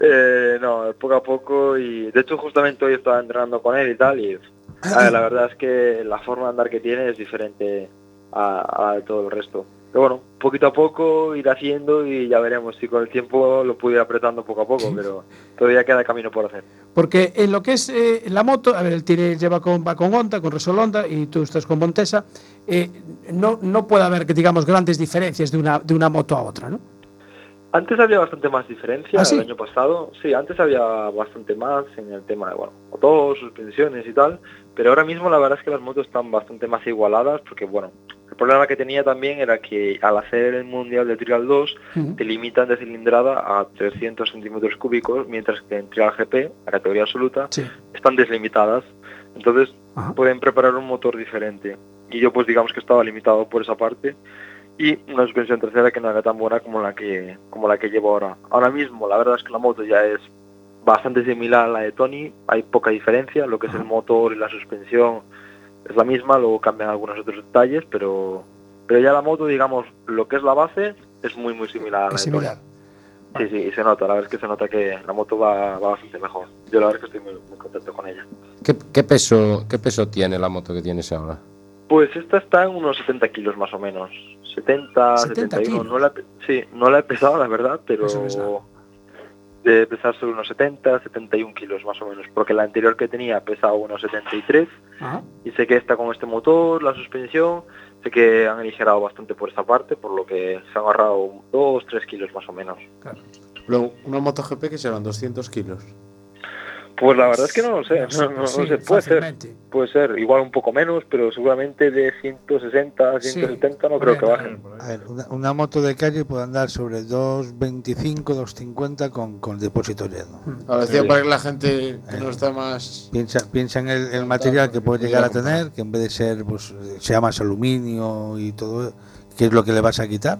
S12: eh, no, poco a poco y de hecho justamente hoy estaba entrenando con él y tal y a ver, la verdad es que la forma de andar que tiene es diferente a, a todo el resto. Pero bueno, poquito a poco ir haciendo y ya veremos si con el tiempo lo pudiera apretando poco a poco, pero todavía queda camino por hacer.
S1: Porque en lo que es eh, la moto, a ver, el Tire lleva con, va con Honda, con Resol Honda y tú estás con Montesa, eh, no, no puede haber, que digamos, grandes diferencias de una, de una moto a otra, ¿no?
S12: Antes había bastante más diferencia
S1: ¿Ah, sí?
S12: el año pasado. Sí, antes había bastante más en el tema de, bueno, motos, suspensiones y tal. Pero ahora mismo la verdad es que las motos están bastante más igualadas porque, bueno, el problema que tenía también era que al hacer el Mundial de Trial 2
S1: Ujú.
S12: te limitan de cilindrada a 300 centímetros cúbicos, mientras que en Trial GP, la categoría absoluta, están deslimitadas. Entonces pueden preparar un motor diferente. Y yo pues digamos que estaba limitado por esa parte y una suspensión tercera que no era tan buena como la que como la que llevo ahora. Ahora mismo la verdad es que la moto ya es bastante similar a la de Tony, hay poca diferencia, lo que es el motor y la suspensión es la misma, luego cambian algunos otros detalles, pero pero ya la moto, digamos, lo que es la base es muy muy similar a la
S1: Es
S12: de Tony.
S1: similar.
S12: Sí, sí, y se nota, la verdad es que se nota que la moto va, va bastante mejor. Yo la verdad es que estoy muy, muy contento con ella.
S4: ¿Qué, qué peso, ¿Qué peso tiene la moto que tienes ahora?
S12: Pues esta está en unos 70 kilos más o menos. 70,
S1: 70
S12: 71.
S1: kilos.
S12: No la, he- sí, no la he pesado, la verdad, pero
S1: Eso no es nada.
S12: debe pesar sobre unos 70, 71 kilos más o menos. Porque la anterior que tenía pesaba unos 73
S1: Ajá.
S12: y sé que está con este motor, la suspensión, sé que han aligerado bastante por esa parte, por lo que se han ahorrado 2, 3 kilos más o menos.
S7: Luego, una MotoGP que serán 200 kilos.
S12: Pues la verdad es que no lo sé,
S1: Sí,
S12: no, no, no
S1: sí,
S12: sé, puede ser,
S1: fácilmente.
S12: puede ser, igual un poco menos, pero seguramente de 160
S1: Sí.
S12: 170 no creo que bajen.
S6: A ver, una, una moto de calle puede andar sobre 2.25, 2.50 con, con depósito lleno.
S13: Ahora decía para que la gente que no está más.
S6: Piensa, piensa en el, el material que puede llegar a tener, que en vez de ser, pues, eh, sea más aluminio y todo, que es lo que le vas a quitar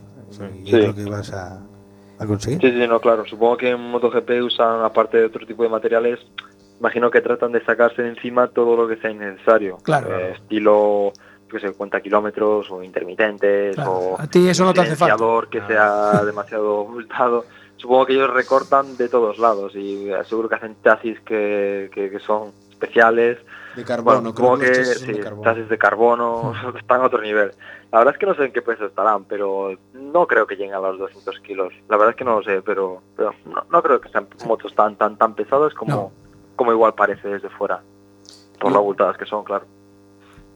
S6: y es
S12: Sí.
S6: lo que vas a, a conseguir.
S12: Sí, sí, no, claro. Supongo que en MotoGP usan, aparte de otro tipo de materiales, imagino que tratan de sacarse de encima todo lo que sea innecesario.
S1: Claro.
S12: Eh, estilo, yo qué sé, cuenta kilómetros o intermitentes
S1: Claro.
S12: o
S1: A ti eso no te hace falta.
S12: silenciador que sea demasiado abultado. Supongo que ellos recortan de todos lados y seguro que hacen chasis que, que- que son especiales.
S13: De carbono,
S12: Bueno,
S13: creo
S12: supongo
S13: que los
S12: que
S13: chasis son de
S12: sí,
S13: carbono.
S12: chasis de carbono, están a otro nivel. La verdad es que no sé en qué
S13: pues
S12: peso estarán, pero no creo que lleguen a los 200 kilos. La verdad es que no lo sé, pero, pero no, no creo que sean motos tan tan tan pesadas como, como igual parece desde fuera. Por lo abultadas que son, claro.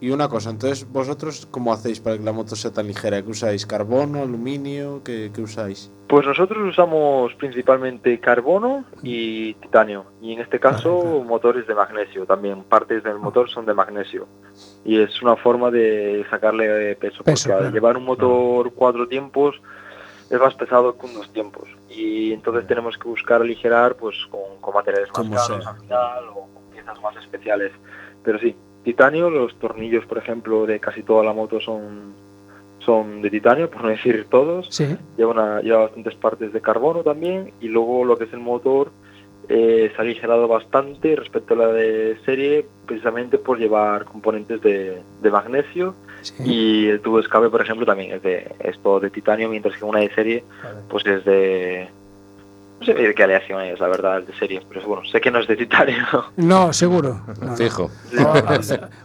S13: Y una cosa, entonces, ¿vosotros cómo hacéis para que la moto sea tan ligera? ¿Qué usáis? ¿Carbono, aluminio? ¿Qué, qué usáis?
S12: Pues nosotros usamos principalmente carbono y titanio. Y en este caso motores de magnesio también. Partes del motor son de magnesio. Y es una forma de sacarle eh,
S1: Peso,
S12: peso. porque al
S1: claro.
S12: llevar un motor cuatro tiempos es más pesado que unos tiempos. Y entonces tenemos que buscar aligerar pues con, con materiales más
S13: Como
S12: caros
S13: sea.
S12: al final o con piezas más especiales. Pero sí, titanio, los tornillos por ejemplo de casi toda la moto son, son de titanio, por no decir todos
S1: Sí.
S12: lleva, una- lleva bastantes partes de carbono también y luego lo que es el motor eh, se ha aligerado bastante respecto a la de serie precisamente por llevar componentes de, de magnesio y el tubo de escape por ejemplo también es de es todo de titanio mientras que una de serie pues es de no sé de qué aleación es la verdad el de serie pero bueno sé que no es de titanio
S1: No, seguro. No, no.
S4: Fijo.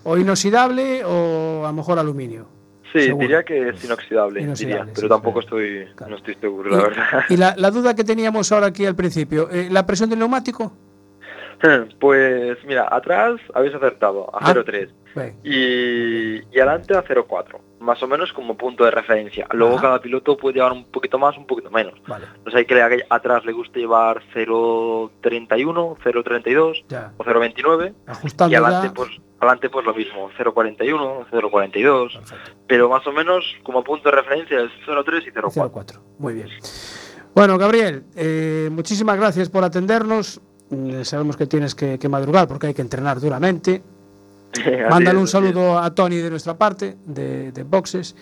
S1: O, o inoxidable o a lo mejor aluminio.
S12: sí
S1: Seguro.
S12: diría que es inoxidable,
S1: Inoxidable,
S12: diría pero tampoco estoy no estoy seguro la verdad
S1: Y la, la duda que teníamos ahora aquí al principio, eh, ¿la presión del neumático?
S12: pues mira atrás habéis acertado
S1: Ah.
S12: a 0.3
S1: Ven.
S12: y, y adelante a 0,4, más o menos como punto de referencia.
S1: Ah.
S12: Luego cada piloto puede llevar un poquito más, un poquito menos.
S1: Vale.
S12: No sé, hay que le- atrás le guste llevar 0,31, 0,32
S1: Ya.
S12: o 0,29 y
S1: Ajustando
S12: adelante
S1: ya.
S12: pues, adelante pues lo mismo, 0,41, 0,42, pero más o menos como punto de referencia es 0,3 y 0,4.
S1: Muy bien. Bueno, Gabriel, eh, muchísimas gracias por atendernos. Mm, Sabemos que tienes que, que madrugar porque hay que entrenar duramente.
S12: Así
S1: Mándale
S12: es,
S1: un
S12: así es.
S1: saludo a Tony de nuestra parte, de, de Boxes.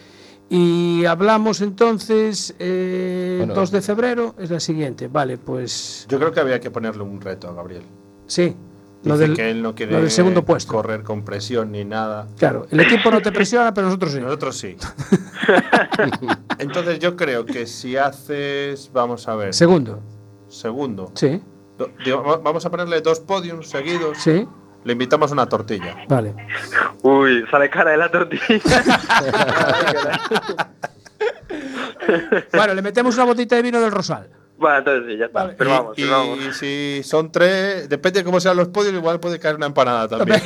S1: Y hablamos entonces eh,
S13: Bueno.
S1: 2 de febrero, es la siguiente. Vale, pues
S13: Yo creo que había que ponerle un reto a Gabriel.
S1: sí. Lo
S13: Dice
S1: del,
S13: que él no quiere
S1: lo del segundo puesto.
S13: correr con presión ni nada.
S1: Claro, el equipo no te presiona, pero nosotros sí.
S13: Nosotros sí. Entonces yo creo que si haces, vamos a ver.
S1: Segundo,
S13: Segundo.
S1: sí,
S13: Do- digo, va- vamos a ponerle dos podiums seguidos.
S1: sí,
S13: Le invitamos una tortilla.
S1: vale.
S12: Uy, sale cara de la tortilla.
S1: Bueno, le metemos una botita de vino del Rosal.
S12: bueno, entonces sí, ya está. Pero vamos,
S13: y, y si son tres, depende de cómo sean los podios, igual puede caer una empanada también.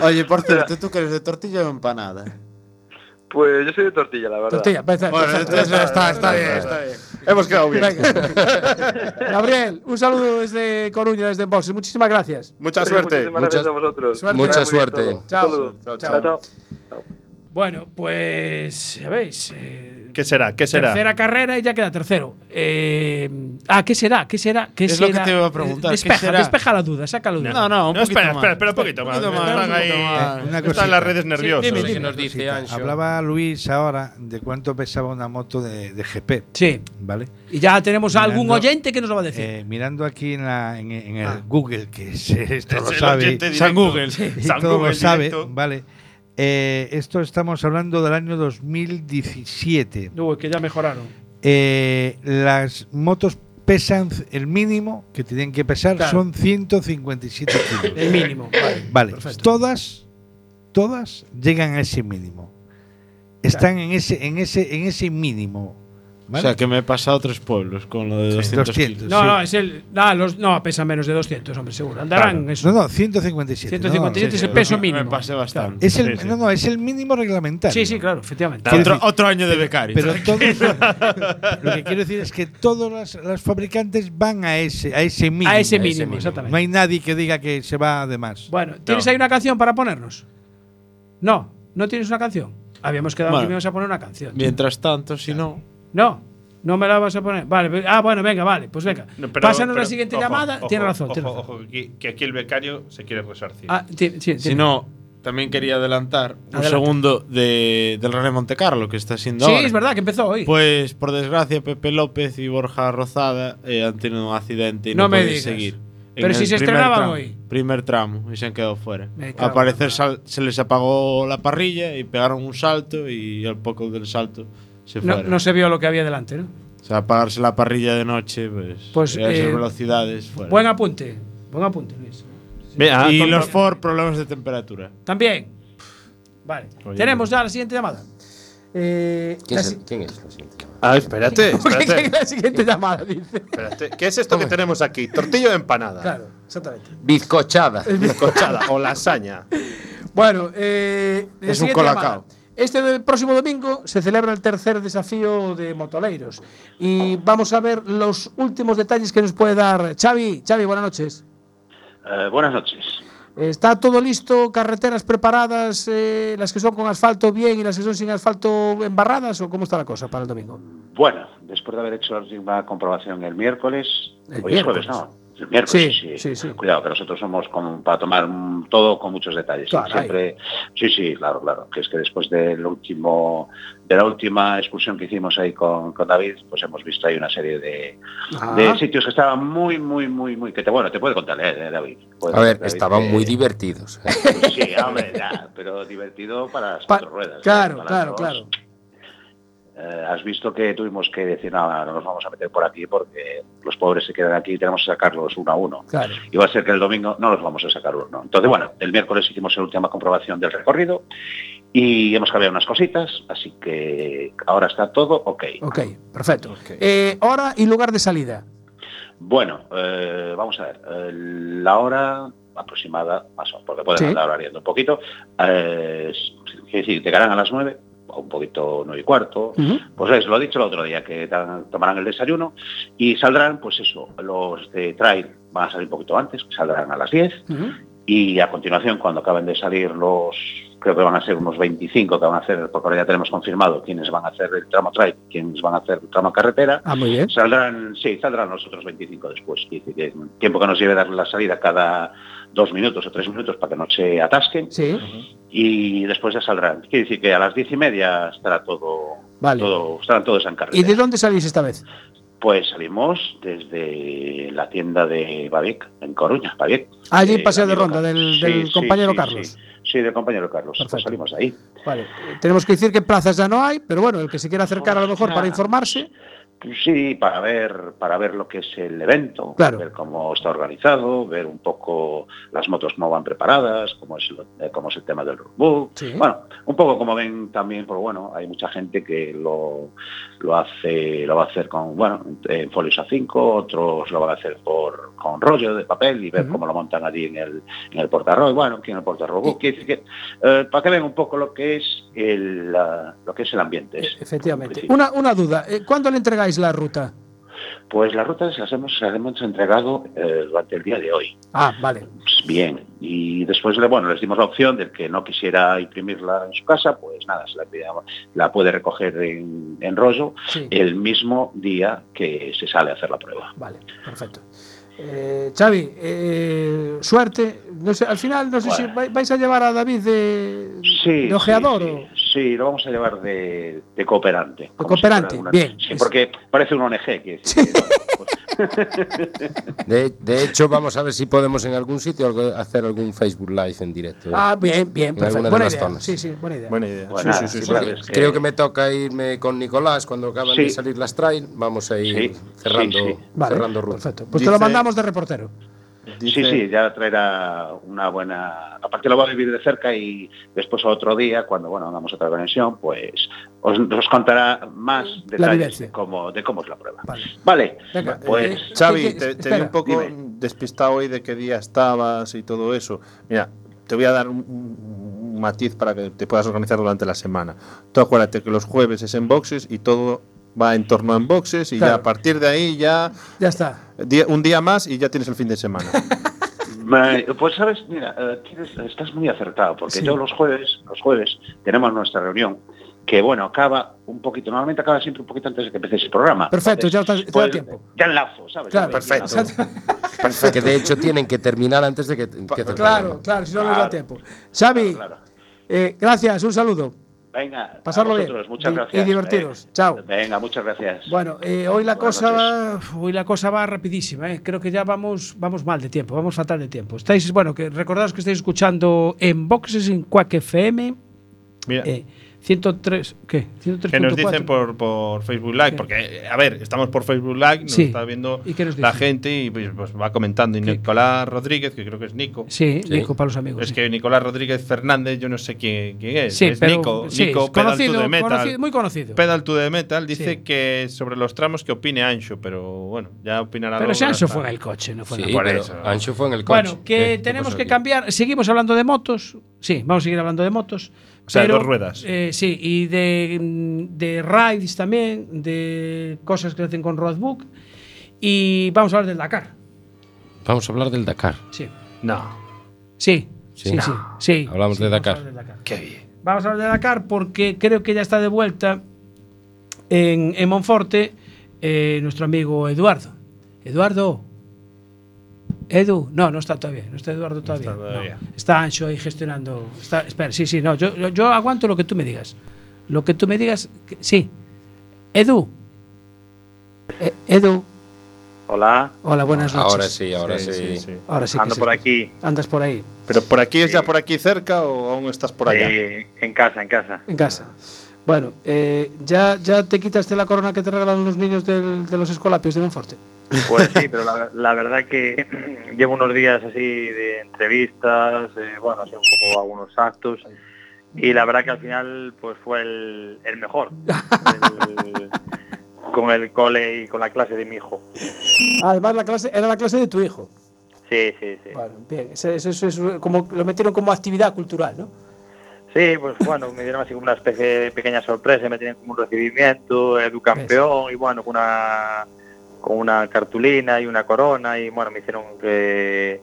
S12: Oye, por
S13: cierto, ¿tú quieres de tortilla o empanada?
S12: Pues yo soy de tortilla, la verdad.
S1: Tortilla, perfecto.
S13: Bueno, entonces pues, está, está bien, está bien. Hemos quedado bien.
S1: Venga. Gabriel, un saludo desde Coruña, desde Boxes. Muchísimas gracias.
S13: Mucha suerte.
S12: Muchísimas gracias a vosotros.
S1: Suerte.
S4: Mucha
S12: Muy bien
S4: suerte.
S12: todo.
S1: Chao.
S12: Saludos.
S13: Chao, chao.
S12: Chao, chao.
S14: Bueno, pues ya veis. eh,
S5: ¿Qué será? ¿Qué será?
S14: Tercera carrera y ya queda tercero. Eh, ah, ¿qué será? ¿Qué será? ¿Qué
S3: Es lo
S14: será?
S3: que te iba a preguntar, ¿qué
S14: Despeja,
S3: será?
S14: despeja la duda, saca la duda.
S3: No, no, un
S5: No,
S3: poquito
S5: espera,
S3: más.
S5: espera, espera un poquito más.
S3: poquito más,
S5: Están
S3: un
S5: ahí-
S3: poquito
S14: Eh,
S3: más.
S6: Una
S5: Están
S6: cosita.
S5: las redes nerviosas.
S14: dime,
S6: Una
S14: dime.
S4: nos dice
S6: cosita.
S4: Ancho.
S6: Hablaba Luis ahora de cuánto pesaba una moto de, de GP,
S14: Sí.
S6: ¿vale?
S14: Y ya tenemos a algún
S6: Mirando-
S14: oyente que nos lo va a decir.
S6: Eh, mirando aquí en, la- en- en el Google, que es, esto lo
S5: Ah. el
S6: sabe,
S5: oyente
S3: San
S5: directo.
S3: Google.
S6: y
S5: San
S6: todo
S5: Google
S6: lo sabe,
S5: directo.
S6: ¿vale? Eh, esto estamos hablando del año 2017.
S14: Uy, que ya mejoraron.
S6: Eh, las motos pesan, el mínimo que tienen que pesar
S14: Claro.
S6: son 157 kilos.
S14: El mínimo. Vale.
S6: Vale,
S14: Perfecto.
S6: todas, todas llegan a ese mínimo. Están en ese, en ese, en ese mínimo.
S3: O sea, que me he pasado tres pueblos con lo de 200, kilos.
S14: No, no, es el. nah, los- no, pesa menos de 200, hombre, seguro. Andarán eso.
S6: No, no, 157.
S14: 157
S6: no.
S14: es el peso mínimo.
S3: bastante.
S6: Es el, No, no, es el mínimo reglamentario.
S14: Sí, sí, claro, efectivamente.
S6: Quiero
S3: Otro,
S6: decir-
S3: otro año de becario.
S6: Pero todos- lo que quiero decir es que todos las- los, fabricantes van a ese, a ese mínimo.
S14: A ese mínimo, exactamente.
S6: No hay nadie que diga que se va de más.
S14: Bueno, ¿Tienes ahí una canción para ponernos? No, no tienes una canción. Habíamos quedado
S3: Bueno.
S14: que íbamos a poner una canción.
S3: Mientras tanto, si no.
S14: No, no me la vas a poner. Vale, pues- ah, bueno, venga, vale, pues venga.
S5: Pero-
S14: Pásanos la
S5: pero-
S14: siguiente
S5: ojo,
S14: llamada.
S5: ojo,
S14: Tienes razón,
S5: ojo,
S14: tienes razón.
S5: ojo, que, que aquí el becario se quiere resarcir.
S14: Ah, ti- sí, tiene-
S3: Si no, también quería adelantar un
S14: Adelante.
S3: segundo de, del René Monte Carlo, que está siendo.
S14: Sí,
S3: ahora.
S14: es verdad que empezó hoy.
S3: Pues, por desgracia, Pepe López y Borja Rozada eh, han tenido un accidente y
S14: No
S3: no,
S14: me
S3: pueden
S14: digas.
S3: seguir.
S14: Pero
S3: En
S14: si
S3: el
S14: se
S3: primer
S14: estrenaban
S3: tramo-
S14: hoy.
S3: Primer tramo y se han quedado fuera.
S14: Me cago
S3: Al parecer sal- se les apagó la parrilla y pegaron un salto y al poco del salto se
S14: no,
S3: fueron.
S14: no se vio lo que había delante, ¿no?
S3: O sea, apagarse la parrilla de noche, pues,
S14: Pues,
S3: a esas
S14: eh,
S3: velocidades fuera.
S14: Buen apunte, buen apunte, Luis.
S3: y los Ford problemas de temperatura.
S14: También. Vale.
S3: Oye,
S14: Tenemos ya la siguiente llamada. Eh,
S4: ¿Quién
S14: la
S4: es,
S14: si-
S4: quién es la siguiente?
S5: Ah, espérate,
S1: Que
S5: espérate.
S1: la siguiente llamada dice.
S5: espérate. ¿Qué es esto que tenemos aquí? Tortillo de empanada.
S1: Claro, exactamente.
S4: Bizcochada.
S5: Bizcochada o lasaña.
S1: Bueno, eh, la
S5: Es un
S1: siguiente
S5: colacao.
S1: llamada. Este do- próximo domingo se celebra el tercer desafío de Motoleiros y vamos a ver los últimos detalles que nos puede dar Xavi. Xavi, buenas noches.
S7: Eh, buenas noches.
S1: ¿Está todo listo? ¿Carreteras preparadas? eh, ¿Las que son con asfalto bien y las que son sin asfalto embarradas? ¿O cómo está la cosa para el domingo?
S7: Bueno, después de haber hecho la última comprobación el miércoles,
S1: El
S7: hoy es
S1: miércoles.
S7: jueves, ¿no? El miércoles,
S1: Sí,
S7: sí,
S1: sí, sí.
S7: Cuidado, que nosotros somos con- para tomar mm, todo con muchos detalles.
S1: Caray.
S7: Siempre, sí, sí, claro, claro. Que es que después del último, de la última excursión que hicimos ahí con, con David, pues hemos visto ahí una serie de, de sitios que estaban muy, muy, muy, muy. Que te, bueno, te puede contar, eh, David. Puede-
S4: A ver,
S7: David,
S4: estaban
S7: eh,
S4: muy divertidos. ¿eh?
S7: pues sí, hombre, ya, pero divertido para las
S1: Pa-
S7: cuatro ruedas.
S1: claro,
S7: Para
S1: claro,
S7: las
S1: claro.
S7: eh, has visto que tuvimos que decir, nada, no nos vamos a meter por aquí porque los pobres se quedan aquí y tenemos que sacarlos uno a uno.
S1: Claro.
S7: Y va a ser que el domingo no los vamos a sacar uno. Entonces, bueno, el miércoles hicimos la última comprobación del recorrido y hemos cambiado unas cositas, así que ahora está todo ok.
S1: Ok, perfecto. Eh, hora y lugar de salida.
S7: Bueno, eh, vamos a ver, eh, la hora aproximada, más o menos, porque pueden
S1: Sí.
S7: andar variando un poquito, eh, es decir, llegarán a las 9, o un poquito 9 y cuarto, Pues es, lo he dicho el otro día, que ta- tomarán el desayuno y saldrán, pues eso, los de trail van a salir un poquito antes, que saldrán a las 10 y a continuación, cuando acaben de salir los, creo que van a ser unos 25 que van a hacer, porque ahora ya tenemos confirmado quiénes van a hacer el tramo trail, quiénes van a hacer el tramo carretera,
S1: Ah, muy bien.
S7: saldrán, sí, saldrán los otros 25 después, que dice que el tiempo que nos lleve dar la salida cada dos minutos o tres minutos para que no se atasquen
S1: Sí.
S7: y después ya saldrán. Quiere decir que a las diez y media estará todo,
S1: Vale.
S7: todo estarán todos en carrera.
S1: ¿Y de dónde salís esta vez?
S7: Pues salimos desde la tienda de Bavic, en Coruña, Bavic.
S1: Ah, Allí
S7: Eh,
S1: en Paseo de
S7: amigo
S1: Ronda,
S7: Carlos.
S1: del,
S7: Sí,
S1: del
S7: sí,
S1: compañero
S7: sí,
S1: Carlos.
S7: Sí, Sí, del compañero Carlos. Pues salimos de ahí.
S1: Vale, eh, tenemos que decir que plazas ya no hay, pero bueno, el que se quiera acercar a lo mejor para informarse,
S7: Sí, para ver, para ver lo que es el evento,
S1: Claro.
S7: ver cómo está organizado, ver un poco las motos cómo van preparadas, cómo es, lo- eh, cómo es el tema del roadbook. Bueno, un poco como ven también, pero bueno, hay mucha gente que lo, lo hace, lo va a hacer con, bueno, en folios A5, otros lo van a hacer por con rollo de papel y ver cómo lo montan allí en el, en el portarroy, bueno, aquí en el portarroy, Quiere decir que, eh, para que vean un poco lo que es el, ah, lo que es el ambiente. Es-
S1: efectivamente. Una, una duda, eh, ¿cuándo le entregáis la ruta?
S7: Pues las rutas las hemos, las hemos entregado eh, durante el día de hoy.
S1: Ah, vale.
S7: Pues bien, y después le- bueno, les dimos la opción del que no quisiera imprimirla en su casa, pues nada, se la, pide- la puede recoger en, en rollo
S1: Sí.
S7: el mismo día que se sale a hacer la prueba.
S1: Vale, perfecto. Eh, Xavi, eh, suerte. No sé, al final, no sé si vai- vais a llevar a David de,
S7: Sí,
S1: de ojeador
S7: sí,
S1: o-
S7: sí, sí, lo vamos a llevar de, de cooperante. como
S1: cooperante,
S7: fuera una-
S1: bien.
S7: Sí, porque parece un ONG. quiere decir que, pues.
S4: De, de hecho, vamos a ver si podemos en algún sitio algo- hacer algún Facebook Live en directo.
S1: Ah, bien, bien,
S4: En
S1: perfecto.
S4: alguna de
S1: Buena
S4: las
S1: idea.
S4: zonas.
S1: Sí, sí, buena idea.
S5: Buena idea.
S4: Sí, sí, sí, sí, porque Creo que me toca irme con Nicolás cuando acaban de
S1: Sí.
S4: salir las trail. Vamos a ir cerrando,
S1: Vale,
S4: cerrando ruta.
S1: pues perfecto. Pues te lo mandamos de reportero.
S7: Sí, sí, ya traerá una buena... Aparte lo va a vivir de cerca y después otro día, cuando bueno hagamos otra conexión, pues os, os contará más detalles
S5: vivencia.
S7: de cómo, de cómo es la prueba. Vale,
S5: Venga,
S7: pues...
S5: eh, Xavi, te, te vi
S7: espera.
S5: un poco
S7: Dime.
S5: despistado hoy de qué día estabas y todo eso. Mira, te voy a dar un, un- un matiz para que te puedas organizar durante la semana. Tú acuérdate que los jueves es en boxes y todo va en torno a en boxes y ya
S12: Claro.
S5: a partir de ahí ya
S12: Ya está.
S5: di- un día más y ya tienes el fin de semana.
S7: Me- Pues sabes, mira, eh, tienes- estás muy acertado, porque
S5: Sí.
S7: yo los jueves, los jueves tenemos nuestra reunión, que bueno, acaba un poquito, normalmente acaba siempre un poquito antes de que empecéis el programa.
S12: Perfecto, ya está- te da
S7: pues,
S12: tiempo.
S7: Ya enlazo, ¿sabes?
S12: Claro,
S7: Ya me-
S12: perfecto.
S4: Que de hecho tienen que terminar antes de que empiece el
S12: Claro, claro, si no nos da tiempo. Xavi, eh, gracias, un saludo.
S7: Venga,
S12: Pasarlo
S7: a
S12: bien.
S7: vosotros, Muchas
S12: Y-
S7: gracias. ¿eh?
S12: y divertiros. Chao.
S7: Venga, muchas gracias.
S12: Bueno, eh, hoy la
S7: Buenas
S12: cosa.
S1: Hoy la cosa va rapidísima, eh. creo que ya vamos, vamos mal de tiempo, vamos fatal de tiempo. Estáis, bueno, que recordaos que estáis escuchando en boxes en Quack FM.
S5: Mira.
S1: eh, 103, ¿qué? 103.4.
S5: Que nos dicen por, por Facebook Live,
S1: ¿Qué?
S5: porque, eh, a ver, estamos por Facebook Live, nos
S1: Sí.
S5: está viendo
S1: ¿Y qué nos
S5: la
S1: dicen?
S5: gente y pues, pues va comentando. Y Nicolás Rodríguez, que creo que es Nico.
S1: Sí, Nico para los amigos,
S5: Es
S1: sí.
S5: que Nicolás Rodríguez Fernández, yo no sé quién, quién es.
S1: Sí,
S5: es
S1: pero-
S5: Nico,
S1: sí,
S5: Nico
S1: es
S5: Pedal to
S1: conocido,
S5: the Metal.
S1: conocido, muy conocido.
S5: Pedal to the Metal dice
S1: Sí.
S5: que sobre los tramos que opine Ancho, pero bueno, ya opinará
S1: Pero
S5: luego,
S1: si Ancho
S5: ya está.
S1: fue en el coche, no fue en
S4: Sí,
S1: la
S4: pero
S1: moto.
S4: Ancho fue en el coche.
S1: Bueno, que
S4: ¿Qué- qué
S1: tenemos
S4: pasó
S1: que
S4: aquí?
S1: cambiar. Seguimos hablando de motos. Sí, vamos a seguir hablando de motos.
S5: O sea, de
S1: pero,
S5: dos ruedas.
S1: eh, sí, y de, mm, de rides también, de cosas que hacen con roadbook. Y vamos a hablar del Dakar.
S4: Vamos a hablar del Dakar.
S1: Sí.
S5: No.
S1: Sí, sí, sí. sí.
S4: Hablamos de Dakar.
S5: Qué bien.
S1: Vamos a hablar de Dakar porque creo que ya está de vuelta en, en Monforte eh, nuestro amigo Eduardo. Eduardo. Edu, no, no está todavía, no está Eduardo todavía. no.
S5: todavía.
S1: Está Ancho ahí gestionando. Está, espera, sí, sí, no, yo, yo- yo aguanto lo que tú me digas. Lo que tú me digas, que- sí. Edu. E- Edu,
S13: Hola.
S1: hola, buenas noches.
S4: Ahora sí, ahora sí.
S1: Ahora sí que
S13: Ando
S1: sí.
S13: por aquí.
S1: Andas por ahí,
S5: ¿Pero por aquí es ya por aquí cerca o aún estás por allá?
S13: Eh, en casa, en casa.
S12: En casa. Bueno, eh, ¿ya, ¿ya te quitaste la corona que te regalan los niños del- de los escolapios de Monforte?
S13: Pues sí, pero la, la verdad que llevo unos días así de entrevistas, eh, bueno, así un poco algunos actos, y la verdad que al final pues fue el, el mejor, el- con el cole y con la clase de mi hijo.
S12: Además, la clase era la clase de tu hijo.
S13: Sí, sí, sí.
S12: Bien, eso, eso- eso es como, lo metieron como actividad cultural, ¿no?
S13: Sí, pues bueno, me dieron así como una especie de pequeña sorpresa, me tienen como un recibimiento, Edu campeón, y bueno, con una, con una cartulina y una corona, y bueno, me hicieron que...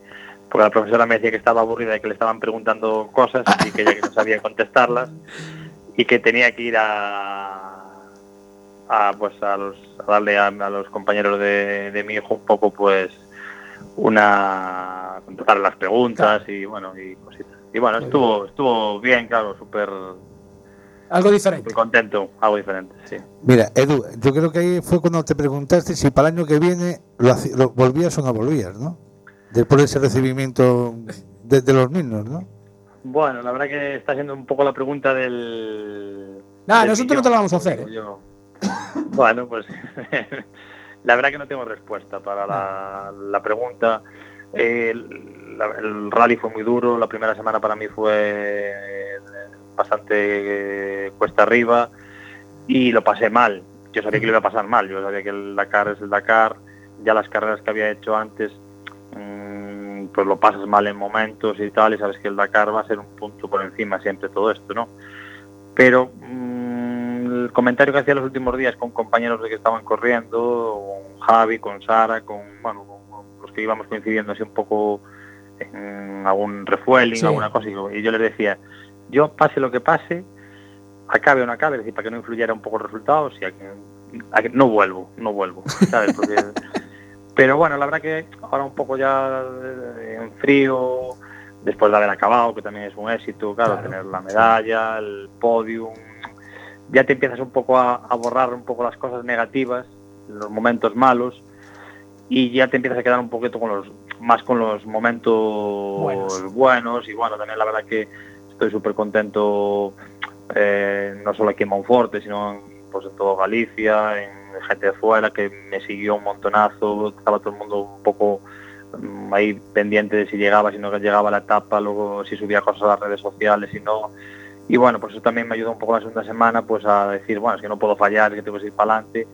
S13: Porque la profesora me decía que estaba aburrida y que le estaban preguntando cosas y que ella que no sabía contestarlas y que tenía que ir a, a, pues a, los, a darle a, a los compañeros de, de mi hijo un poco pues una contestar las preguntas y bueno y cositas. Y bueno, estuvo, estuvo bien, claro, súper
S12: Algo diferente.
S13: súper contento, algo diferente, sí.
S6: Mira, Edu, yo creo que ahí fue cuando te preguntaste si para el año que viene lo, haci- lo volvías o no volvías, ¿no? Después de ese recibimiento de, de los niños, ¿no?
S13: Bueno, la verdad que está siendo un poco la pregunta del...
S12: Nada,
S13: del
S12: nosotros no te
S13: millón,
S12: la vamos a hacer. ¿eh?
S13: digo yo. Bueno, pues la verdad que no tengo respuesta para la, la pregunta. Eh, El, la- el rally fue muy duro, la primera semana para mí fue eh, bastante eh, cuesta arriba y lo pasé mal. Yo sabía que lo iba a pasar mal, yo sabía que el Dakar es el Dakar, ya las carreras que había hecho antes mm, pues lo pasas mal en momentos y tal, y sabes que el Dakar va a ser un punto por encima siempre de todo esto, ¿no? Pero mm, el comentario que hacía los últimos días con compañeros de que estaban corriendo, con Javi, con Sara, con, bueno, con los que íbamos coincidiendo así un poco en algún refueling,
S12: Sí.
S13: alguna cosa, y yo- y yo les decía, yo pase lo que pase, acabe o no acabe, es decir, para que no influyera un poco el resultado, si a que- a que- no vuelvo, no vuelvo, ¿sabes? Porque- pero bueno, la verdad que ahora un poco ya eh, en frío, después de haber acabado, que también es un éxito, claro, tener la medalla, el podium, ya te empiezas un poco a, a borrar un poco las cosas negativas, los momentos malos, y ya te empiezas a quedar un poquito con los, más con los momentos buenos, y bueno, también la verdad que estoy súper contento, eh, no solo aquí en Monforte, sino en, pues en todo Galicia, en gente de fuera que me siguió un montonazo, estaba todo el mundo un poco mm, ahí pendiente de si llegaba, si no llegaba la etapa, luego si subía cosas a las redes sociales, si no. Y bueno, pues eso también me ayudó un poco la segunda semana pues a decir, bueno, es que no puedo fallar, es que tengo que ir para adelante.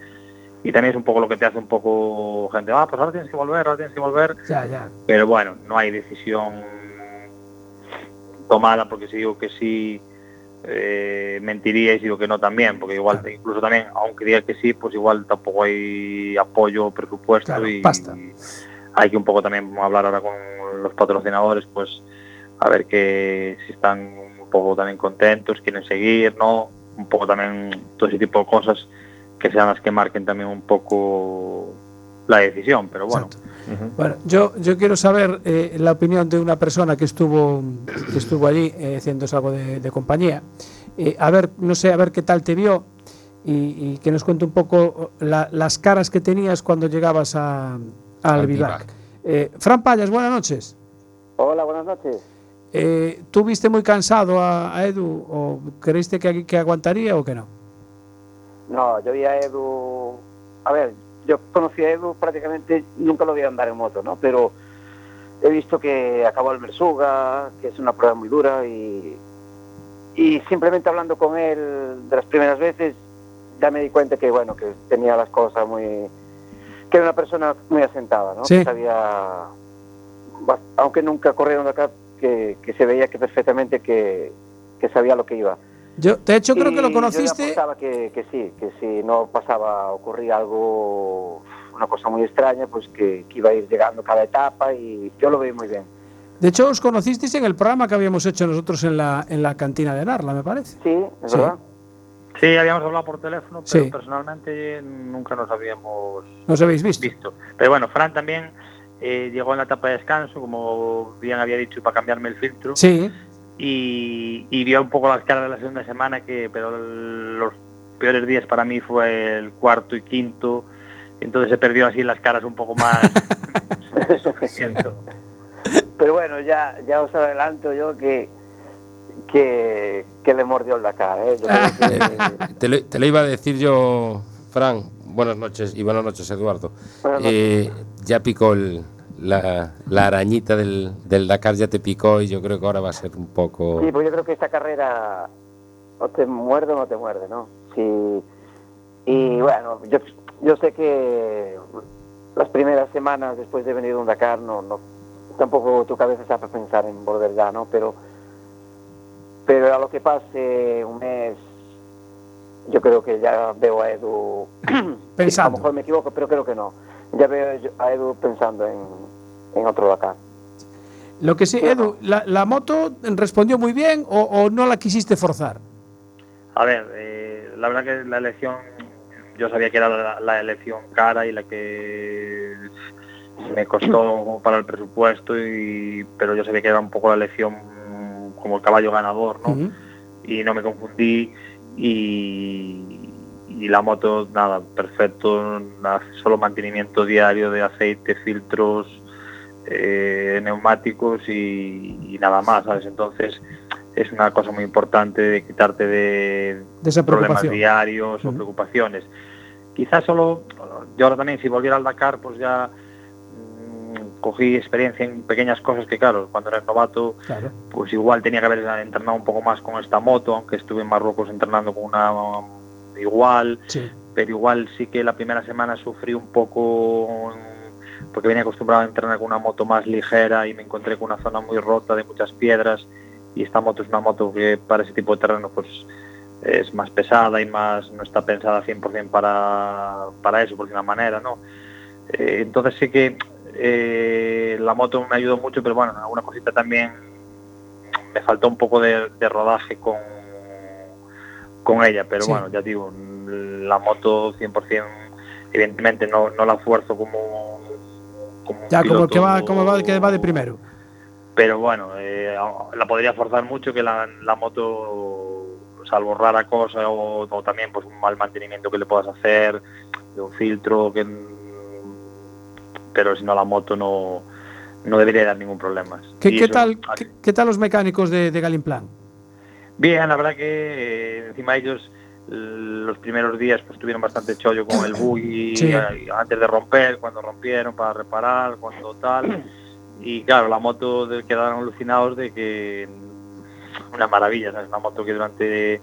S13: Y también es un poco lo que te hace un poco gente, ah, pues ahora tienes que volver, ahora tienes que volver.
S1: Ya, ya.
S13: Pero bueno, no hay decisión tomada porque si digo que sí eh, mentiría y si digo que no también, porque igual incluso también, aunque diga que sí, pues igual tampoco hay apoyo, presupuesto
S1: Claro,
S13: y
S1: pasta.
S13: hay que un poco también hablar ahora con los patrocinadores, pues a ver que si están un poco también contentos, quieren seguir, ¿no? Un poco también todo ese tipo de cosas que sean las que marquen también un poco la decisión, pero bueno.
S1: Bueno, yo, yo quiero saber eh, la opinión de una persona que estuvo, que estuvo allí eh, haciéndose algo de, de compañía. Eh, a ver, no sé, a ver qué tal te vio y, y que nos cuente un poco oh, la- las caras que tenías cuando llegabas a, al
S15: Al
S1: Vivac. Eh, Fran Payas, buenas noches.
S15: Hola, buenas noches.
S1: Eh, ¿Tú viste muy cansado a, a Edu o creíste que, que aguantaría o que no?
S15: No, yo vi a Edu. A ver, yo conocí a Edu prácticamente, nunca lo vi andar en moto, ¿no? Pero he visto que acabó el Mersuga, que es una prueba muy dura y. Y simplemente hablando con él de las primeras veces, ya me di cuenta que, bueno, que tenía las cosas muy. que era una persona muy asentada, ¿no?
S1: Sí.
S15: Que sabía. bas- aunque nunca corrieron acá, que, que se veía que perfectamente que, que sabía lo que iba.
S1: Yo, de hecho, creo que lo
S15: Y yo ya
S1: conociste.
S15: apostaba que, que sí, que si no pasaba, ocurría algo, una cosa muy extraña, pues que, que iba a ir llegando cada etapa y yo lo veía muy bien.
S1: De hecho, os conocisteis en el programa que habíamos hecho nosotros en la, en la cantina de Narla, me parece.
S15: Sí, es verdad.
S13: Sí, habíamos hablado por teléfono,
S1: pero Sí.
S13: personalmente nunca nos habíamos
S1: Nos habéis visto.
S13: Pero bueno, Fran también eh, llegó en la etapa de descanso, como bien había dicho, para cambiarme el filtro.
S1: Sí,
S13: Y, y vio un poco las caras de la segunda semana, que pero el- los peores días para mí fue el cuarto y quinto. Entonces se perdió así las caras un poco más. Siento.
S15: Pero bueno, ya, ya os adelanto yo que, que, que le mordió la cara. ¿eh? Yo creo que-
S4: Te lo, te lo iba a decir yo, Fran. Buenas noches y buenas noches, Eduardo.
S15: Buenas noches.
S4: Eh, ya picó el- la, la arañita del, del Dakar, ya te picó y yo creo que ahora va a ser un poco.
S15: Sí, pues yo creo que esta carrera o te muerde o no te muerde, ¿no? Sí. Y bueno, yo, yo sé que las primeras semanas después de venir a un Dakar, no, no, tampoco tu cabeza está para pensar en volver ya, ¿no? Pero, pero a lo que pase un mes, yo creo que ya veo a Edu, a lo
S1: pensando.
S15: mejor me equivoco, pero creo que no. Ya veo yo- a Edu pensando en, en otro Dakar.
S1: Lo que sí, Edu, la, la moto respondió muy bien o, o no la quisiste forzar?
S13: A ver, eh, la verdad que la elección, yo sabía que era la, la elección cara y la que me costó para el presupuesto, y, pero yo sabía que era un poco la elección mm, como el caballo ganador, ¿no? Y no me confundí y, y la moto, nada, perfecto, na- solo mantenimiento diario de aceite, filtros, eh, neumáticos y, y nada más, ¿sabes? Entonces es una cosa muy importante de quitarte de,
S1: De esa
S13: problemas
S1: preocupación.
S13: diarios o preocupaciones. Quizás solo, yo ahora también si volviera al Dakar, pues ya mm, cogí experiencia en pequeñas cosas que claro, cuando era novato
S1: Claro.
S13: pues igual tenía que haber entrenado un poco más con esta moto, aunque estuve en Marruecos entrenando con una um, igual,
S1: Sí.
S13: pero igual sí que la primera semana sufrí un poco mm, porque venía acostumbrado a entrenar con una moto más ligera y me encontré con una zona muy rota de muchas piedras y esta moto es una moto que para ese tipo de terreno pues es más pesada y más no está pensada 100% para, para eso, por una manera, ¿no? Eh, entonces sí que eh, la moto me ayudó mucho, pero bueno, alguna cosita también me faltó un poco de, de rodaje con, con ella, pero
S8: Sí.
S13: bueno, ya digo, la moto 100%, evidentemente no, no la fuerzo como, como un
S1: Ya como el
S13: piloto,
S1: que va, como va, el que va de primero.
S13: pero bueno, eh, la podría forzar mucho que la, la moto, salvo rara cosa o, o también pues un mal mantenimiento que le puedas hacer, de un filtro, que pero si no la moto no, no debería dar ningún problema.
S1: ¿Qué,
S13: Y
S1: qué
S13: eso-
S1: tal, qué, qué tal los mecánicos de, de Galimplan?
S13: Bien, la verdad que eh, encima ellos los primeros días pues tuvieron bastante chollo con el buggy
S1: Sí.
S13: eh, antes de romper, cuando rompieron para reparar, cuando tal. Y claro, la moto de- quedaron alucinados de que una maravilla, ¿sabes? Una moto que durante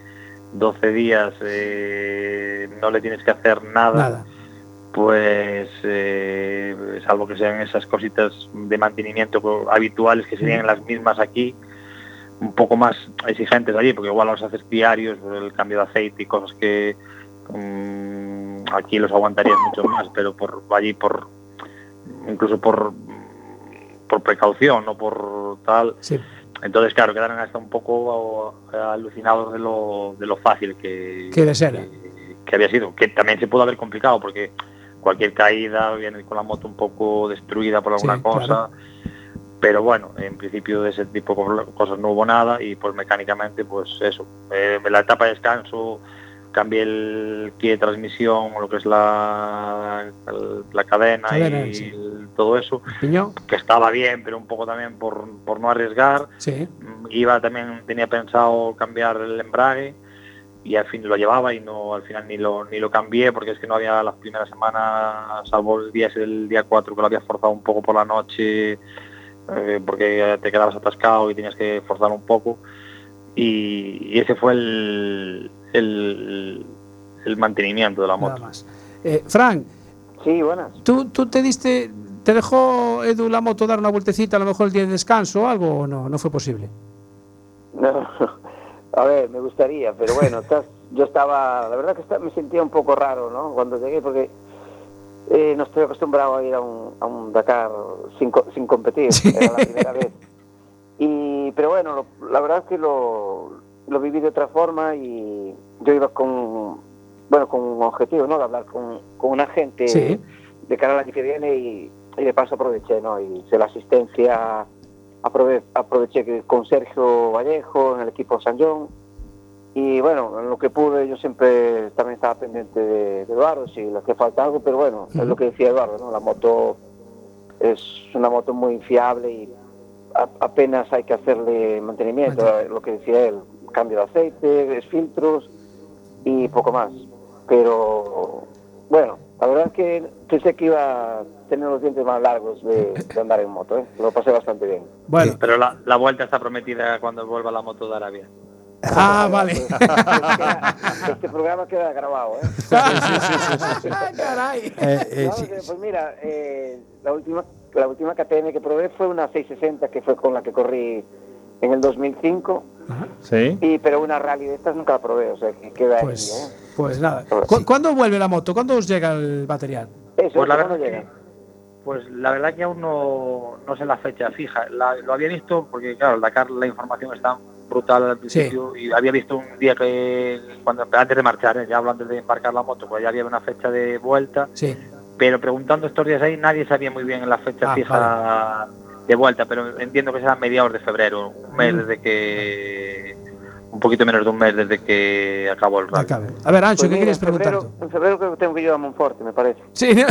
S13: 12 días eh, no le tienes que hacer nada, pues eh, salvo que sean esas cositas de mantenimiento co- habituales que serían las mismas aquí, un poco más exigentes allí, porque igual los haces diarios, el cambio de aceite y cosas que mm, aquí los aguantarías mucho más, pero por allí por incluso por por precaución, no por tal. Entonces, claro, quedaron hasta un poco eh, alucinados de lo, de lo fácil que,
S1: que les era.
S13: que había sido, que también se pudo haber complicado porque cualquier caída viene con la moto un poco destruida por alguna
S1: Sí,
S13: cosa.
S1: claro.
S13: Pero bueno, en principio de ese tipo de cosas no hubo nada y pues mecánicamente pues eso. Eh, en la etapa de descanso cambié el pie de transmisión, lo que es la, la cadena,
S1: Cadena,
S13: y
S1: sí.
S13: el- todo eso,
S1: Piñón.
S13: que estaba bien, pero un poco también por, por no arriesgar
S1: Sí.
S13: iba también tenía pensado cambiar el embrague y al fin lo llevaba y no al final ni lo ni lo cambié porque es que no había las primeras semanas salvo el día ese del día 4 que lo había forzado un poco por la noche eh, porque te quedabas atascado y tenías que forzar un poco y, y ese fue el, el el mantenimiento de la moto
S1: Eh, Fran.
S15: Sí, buenas.
S1: ¿tú, tú te diste. ¿Te dejó Edu la moto dar una vueltecita a lo mejor el día de descanso o algo o no? No fue posible.
S15: No, a ver, me gustaría, pero bueno, estás- yo estaba, la verdad que está- me sentía un poco raro, ¿no? Cuando llegué, porque eh, no estoy acostumbrado a ir a un, a un Dakar sin, co- sin competir, era la primera vez. Y, pero bueno, lo- la verdad es que lo, lo viví de otra forma y yo iba con, bueno, con un objetivo, ¿no? De hablar con, con una gente
S1: Sí.
S15: de cara al año que viene y, y de paso aproveché, ¿no? Y hice la asistencia aprove- aproveché que con Sergio Vallejo en el equipo San John y bueno, en lo que pude yo siempre también estaba pendiente de, de Eduardo si le hacía falta algo, pero bueno, es lo que decía Eduardo, ¿no? la moto es una moto muy fiable y a- apenas hay que hacerle mantenimiento, lo que decía él, cambio de aceite, filtros y poco más, pero bueno, la verdad es que pensé que iba a tener los dientes más largos de, de andar en moto, ¿eh? lo pasé bastante bien.
S1: Bueno.
S13: pero la, la vuelta está prometida cuando vuelva la moto de Arabia
S1: Ah, vale.
S15: Este programa queda grabado, ¿eh?
S1: Caray.
S6: Eh, eh,
S15: No,
S6: sí.
S15: que, Pues mira, eh, la última la última KTM que probé fue una 660 que fue con la que corrí en el 2005
S5: Sí.
S15: y pero una rally de estas nunca la probé, o sea que queda ahí,
S1: Pues,
S15: ¿eh?
S1: pues nada. ¿Cu- ¿Cuándo vuelve la moto? ¿Cuándo os llega el material?
S15: Eso,
S13: Pues la
S15: ¿cómo
S13: verdad
S15: no llega?
S13: Pues la verdad que aún no, no sé la fecha fija. La- lo había visto porque, claro, el Dakar la información está brutal al principio y había visto un día que, cuando antes de marchar, ¿eh? ya hablo antes de embarcar la moto, pues ya había una fecha de vuelta,
S1: Sí.
S13: pero preguntando estos días ahí nadie sabía muy bien la fecha
S1: Ah,
S13: fija de vuelta, pero entiendo que será mediados de febrero, un mes
S1: Mm.
S13: desde que... Un poquito menos de un mes desde que acabó el rally.
S1: A ver,
S15: Pues
S1: Ancho, ¿qué
S15: mira,
S1: quieres
S15: en febrero-
S1: preguntar?
S15: En febrero creo que tengo que ir a Monforte, me parece.
S1: Sí.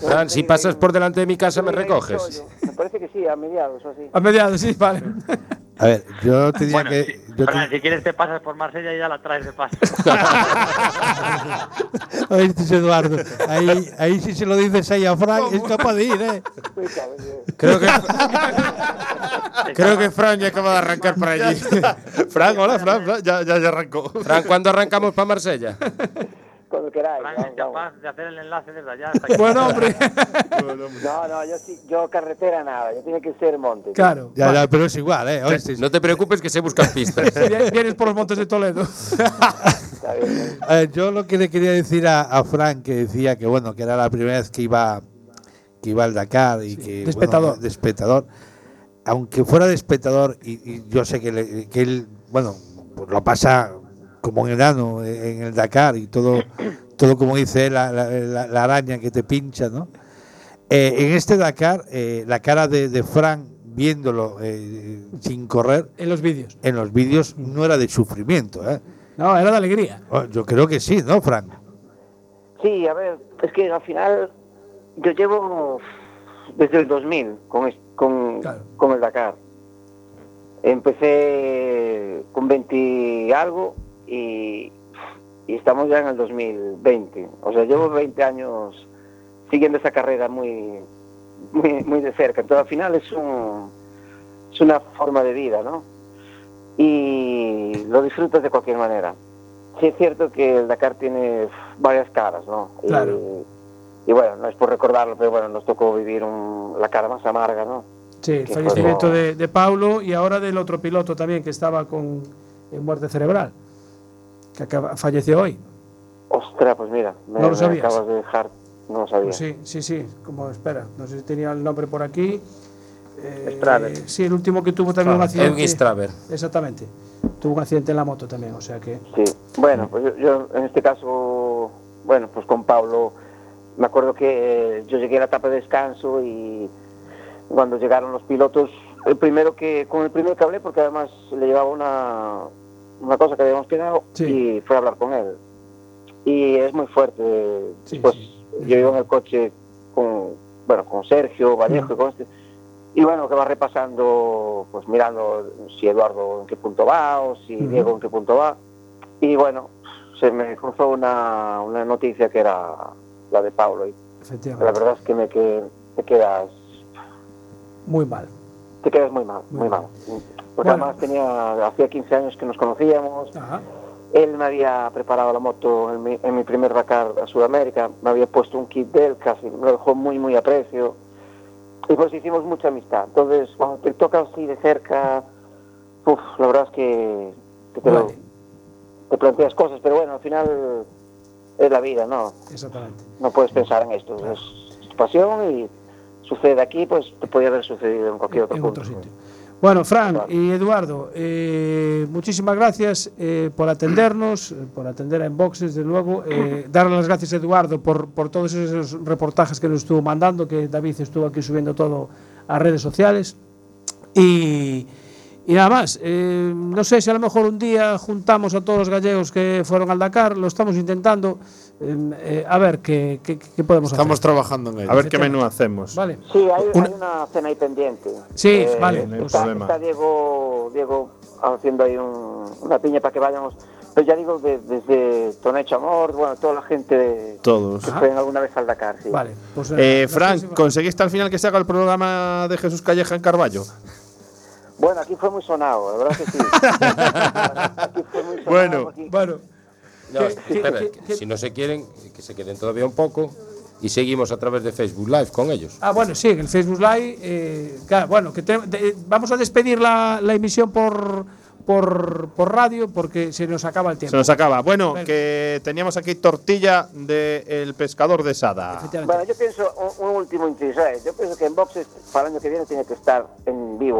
S4: Fran, si pasas por delante de mi casa, me recoges.
S15: Me parece que sí, a mediados o así.
S1: A mediados, sí, vale.
S6: A ver, yo tenía
S13: Bueno,
S6: que.
S13: si,
S6: yo
S13: Fran,
S6: te-
S13: si quieres te pasas por Marsella y ya la traes de paso.
S6: A ver, dice Eduardo. Ahí, ahí si se lo dices ahí a Frank, es capaz de ir, ¿eh?
S4: Creo que. Creo que Fran ya acaba de arrancar para allí. Fran, hola, Fran, ya, ya, arrancó. Fran, ¿cuándo arrancamos para Marsella?
S15: Cuando queráis.
S13: Fran
S15: vamos,
S13: es
S15: vamos.
S13: capaz de hacer el enlace desde allá. Hasta aquí.
S1: Bueno, hombre.
S15: No, no, yo, sí, yo carretera nada, yo tiene que ser monte.
S6: Ya, ya, pero es igual, ¿eh? Oíste.
S4: No te preocupes que se buscan pistas.
S1: Vienes por los montes de Toledo.
S6: A ver, yo lo que le quería decir a, a Frank, que decía que bueno, que era la primera vez que iba que iba al Dakar y que
S1: de
S6: bueno,
S1: espectador.
S6: de espectador. aunque fuera de espectador y, y yo sé que, le- que él bueno pues lo pasa como un enano en el Dakar y todo todo como dice él, la, la- la- la araña que te pincha, ¿no? Eh, en este Dakar eh, la cara de, de Frank viéndolo eh, sin correr
S1: en los vídeos
S6: en los vídeos no era de sufrimiento, ¿eh?
S1: No, era de alegría.
S6: Oh, Yo creo que sí, ¿no, Frank?
S15: Sí, a ver, es que al final yo llevo desde el 2000 con, es- con, con el Dakar. Empecé con 20 y algo y, y estamos ya en el 2020. O sea, llevo 20 años siguiendo esa carrera muy, muy, muy de cerca. Entonces, al final es, un, es una forma de vida, ¿no? Y lo disfrutas de cualquier manera. Sí es cierto que el Dakar tiene varias caras, ¿no? Y-
S1: Claro.
S15: Y, bueno, no es por recordarlo, pero bueno, nos tocó vivir un- la cara más amarga, ¿no?
S1: Sí, el
S15: Qué
S1: fallecimiento
S15: juego.
S1: de, de Paulo y ahora del otro piloto también que estaba con en muerte cerebral, que acaba- falleció hoy.
S15: Ostras, pues mira, me,
S1: No lo
S15: me
S1: sabías.
S15: acabas de dejar, no lo sabía.
S1: Pues sí, sí, sí, como espera, no sé si tenía el nombre por aquí. Eh,
S15: Straver.
S1: Sí, el último que tuvo también un
S4: Straver.
S1: accidente.
S4: Eugen Straver.
S1: Exactamente. Tuvo un accidente en la moto también, o sea que.
S15: Sí, bueno, pues yo, yo en este caso, bueno, pues con Pablo, me acuerdo que eh, yo llegué a la etapa de descanso y cuando llegaron los pilotos, el primero que, con el primero que hablé, porque además le llevaba una, una cosa que habíamos quedado, y fue a hablar con él. Y es muy fuerte. pues yo iba en el coche con, bueno, con Sergio, Vallejo y con este. Y bueno, que va repasando, pues mirando si Eduardo en qué punto va o si Diego en qué punto va. Y bueno, se me cruzó una, una noticia que era la de Pablo. Y
S1: Efectivamente.
S15: la verdad es que me que, te quedas
S1: Muy mal.
S15: te quedas muy mal, muy mal. Porque Pues además tenía, hacía 15 años que nos conocíamos. Él me había preparado la moto en mi, en mi primer Dakar a Sudamérica, me había puesto un kit de él casi, me lo dejó muy, muy a precio. Y pues hicimos mucha amistad. Entonces, cuando te toca así de cerca, uf, la verdad es que, que te, lo- te planteas cosas, pero bueno, al final es la vida, ¿no?
S1: Exactamente.
S15: No puedes pensar en esto, es tu pasión y sucede aquí, pues te podía haber sucedido en cualquier otro punto.
S1: Bueno, Fran y Eduardo, eh, muchísimas gracias eh, por atendernos, eh, por atender a Inboxes, desde luego. Eh, darle las gracias a Eduardo por, por todos esos reportajes que nos estuvo mandando, que David estuvo aquí subiendo todo a redes sociales. Y, y nada más, eh, no sé si a lo mejor un día juntamos a todos los gallegos que fueron al Dakar, lo estamos intentando. eh, eh, a ver qué, qué- qué podemos hacer.
S13: Estamos trabajando en ello.
S5: A ver qué menú hacemos.
S1: Vale.
S15: Sí, hay hay una, cena ahí pendiente.
S1: Sí, vale, pues,
S5: no hay
S15: está,
S5: problema.
S15: está Diego, Diego haciendo ahí un- una piña para que vayamos. Pero ya digo, de- desde Tonecho Amor, bueno, toda la gente de-
S5: Todos.
S15: que
S13: Ah,
S15: fue alguna vez al Dakar, sí.
S1: Vale, pues
S5: Eh, Frank, ¿conseguiste al final que se haga el programa de Jesús Calleja en Carballo?
S15: Bueno, aquí fue muy sonado, la verdad que sí. aquí fue muy sonado.
S5: Bueno.
S15: aquí-
S1: Bueno.
S4: No, espera, si no se quieren, que se queden todavía un poco y seguimos a través de Facebook Live con ellos.
S1: Ah, bueno, sí, en el Facebook Live. eh, claro, bueno, que te- de- vamos a despedir la, la emisión por, por, por radio porque se nos acaba el tiempo.
S5: Se nos acaba. Bueno,
S1: Venga.
S5: que teníamos aquí tortilla del pescador de Sada.
S15: Bueno, yo pienso, un, un último inciso, ¿eh? yo pienso que en boxes para el año que viene tiene que estar en vivo